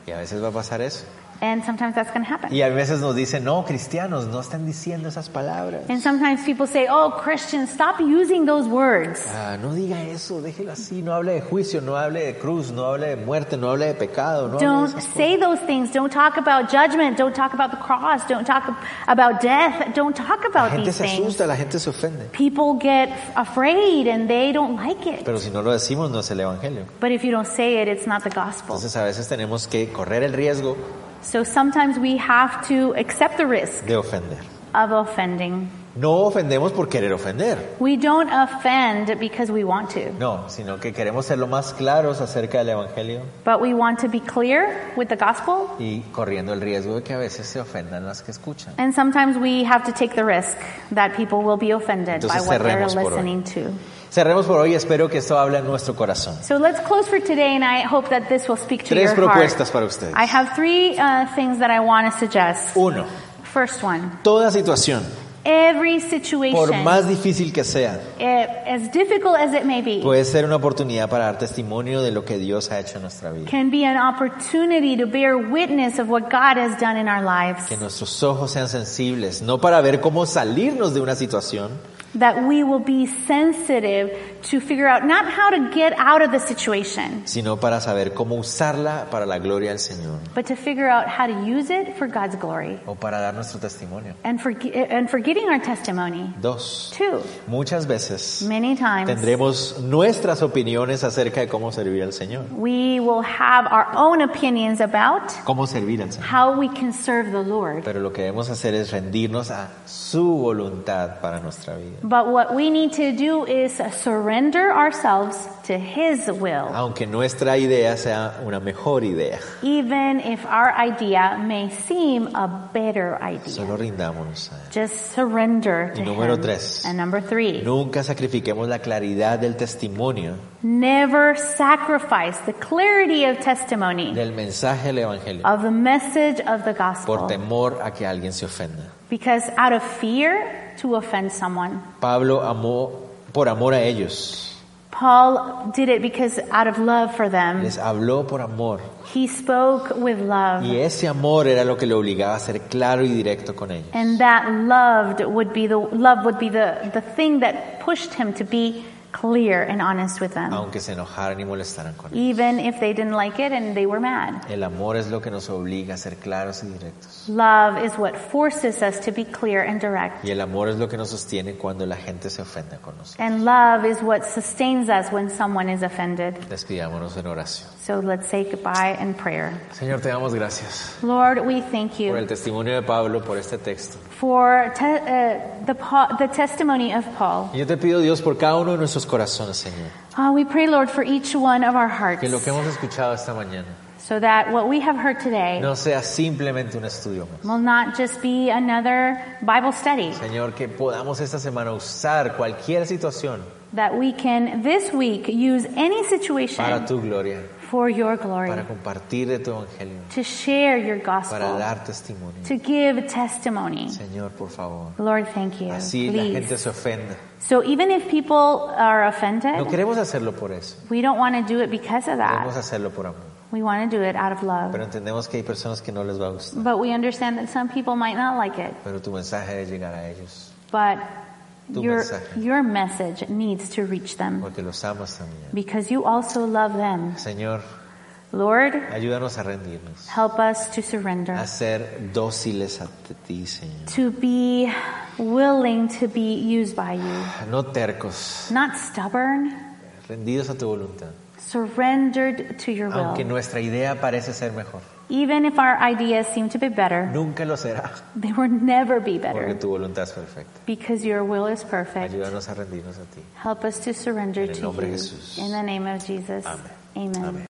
S1: Y a veces va a pasar eso.
S2: And sometimes that's going to happen.
S1: Y a veces nos dicen, no, cristianos, no están diciendo esas palabras.
S2: And sometimes people say, Oh, Christians, stop using those words.
S1: Ah, no diga eso, déjelo así, no hable de juicio, no hable de cruz, no hable de muerte, no hable de pecado, no hable de
S2: Don't
S1: esas cosas".
S2: say those things. Don't talk about judgment. Don't talk about the cross. Don't talk ab- about death. Don't talk
S1: La
S2: about
S1: gente
S2: these
S1: se
S2: things.
S1: asusta, la gente se ofende.
S2: People get afraid and they don't like it.
S1: Pero si no lo decimos, no es el evangelio.
S2: But if you don't say it, it's not the gospel.
S1: Entonces a veces tenemos que correr el riesgo
S2: So sometimes we have to accept the risk
S1: de ofender.
S2: of offending.
S1: No ofendemos por querer ofender,
S2: We don't offend because we want to,
S1: no, sino que queremos ser lo más claros acerca del Evangelio
S2: but we want to be clear with the gospel,
S1: y corriendo el riesgo de que a veces se ofendan las que escuchan.
S2: and sometimes we have to take the risk that people will be offended by
S1: Entonces,
S2: what they're
S1: cerremos por hoy.
S2: listening to.
S1: Cerremos por hoy, espero que esto hable en nuestro corazón.
S2: So let's close for today, and I hope that this will speak to
S1: Tres
S2: your
S1: propuestas
S2: heart.
S1: para ustedes.
S2: I have three uh, things that I want to suggest.
S1: Uno,
S2: First one,
S1: toda situación,
S2: every situation,
S1: por más difícil que sea,
S2: eh, as difficult as it may be,
S1: puede ser una oportunidad para dar testimonio de lo que Dios ha hecho en nuestra vida.
S2: can be an opportunity to bear witness of what God has done in our lives.
S1: Que nuestros ojos sean sensibles, no para ver cómo salirnos de una situación,
S2: That we will be sensitive to figure out not how to get out of the situation,
S1: sino para saber cómo usarla para la gloria del Señor
S2: but to figure out how to use it for God's glory
S1: o para dar nuestro testimonio.
S2: and for, and for getting our testimony.
S1: Dos,
S2: Two,
S1: muchas veces
S2: many times
S1: tendremos nuestras opiniones acerca de cómo servir al Señor.
S2: we will have our own opinions about
S1: Cómo servir al Señor.
S2: how we can serve the Lord.
S1: Pero lo que debemos hacer es rendirnos a su voluntad para nuestra vida.
S2: But what we need to do is surrender ourselves to His will,
S1: Aunque nuestra idea sea una mejor idea,
S2: even if our idea may seem a better idea.
S1: solo rindámonos a Él.
S2: Just surrender to
S1: Y número
S2: Him.
S1: tres.
S2: And number three,
S1: Nunca sacrifiquemos la claridad del testimonio,
S2: never sacrifice the clarity of testimony
S1: del mensaje del Evangelio,
S2: of the message of the
S1: por
S2: gospel,
S1: temor a que alguien se ofenda.
S2: because out of fear to offend someone,
S1: Pablo amó por amor a ellos,
S2: Paul did it because out of love for them,
S1: les habló por amor.
S2: he spoke with love.
S1: Y ese amor era lo que le obligaba a ser claro y directo con ellos.
S2: And that loved would be the love would be the, the thing that pushed him to be clear and honest with them.
S1: aunque se enojaran y molestaran con él.
S2: Even if they didn't like it and they were mad.
S1: El amor es lo que nos obliga a ser claros y directos.
S2: Love is what forces us to be clear and direct.
S1: Y el amor es lo que nos sostiene cuando la gente se ofenda con nosotros.
S2: And love is what sustains us when someone is offended.
S1: Despidámonos en oración.
S2: So let's say goodbye in prayer.
S1: Señor, te damos gracias
S2: Lord, we thank
S1: por el
S2: you
S1: testimonio de Pablo, por este texto.
S2: for te- uh, the, pa- the testimony of Paul.
S1: Y yo te pido, Dios, por cada uno de nuestros corazones, Señor,
S2: Uh, we pray, Lord, for each one of our hearts
S1: que lo que hemos escuchado esta mañana
S2: so that what we have heard today
S1: no sea simplemente un estudio más.
S2: will not just be another Bible study.
S1: Señor, que podamos esta semana usar cualquier situación
S2: That we can this week use any
S1: para
S2: situation
S1: tu gloria,
S2: for your glory,
S1: para compartir de tu evangelio,
S2: to share your
S1: para
S2: gospel,
S1: dar testimonio.
S2: to give testimony.
S1: Señor, por favor.
S2: Lord, thank you.
S1: Así la gente
S2: Please.
S1: se ofenda.
S2: So even if people are
S1: No
S2: offended,
S1: queremos hacerlo por eso,
S2: we don't want to do it because of
S1: queremos
S2: that.
S1: hacerlo por amor.
S2: We want to do it out of love.
S1: Pero entendemos que hay personas que no les va a gustar,
S2: But we understand that some people might not like it.
S1: pero tu mensaje debe llegar a ellos,
S2: But
S1: Tu
S2: your,
S1: mensaje.
S2: your message needs to reach them
S1: porque los amas también.
S2: because you also love them.
S1: Señor,
S2: Lord,
S1: ayúdanos a rendirnos,
S2: help us to surrender.
S1: a ser dóciles a ti, Señor.
S2: to be willing to be used by you,
S1: No tercos,
S2: not stubborn,
S1: rendidos a tu voluntad,
S2: surrendered to your
S1: aunque
S2: will.
S1: nuestra idea parece ser mejor.
S2: Even if our ideas seem to be better,
S1: Nunca lo será,
S2: they will never be
S1: porque
S2: better
S1: tu voluntad es perfecta.
S2: because your will is perfect.
S1: Ayúdanos a rendirnos a ti.
S2: Help us to surrender
S1: En el
S2: to
S1: nombre de
S2: you.
S1: Jesús.
S2: In the name of Jesus.
S1: Amén.
S2: Amen.
S1: Amén.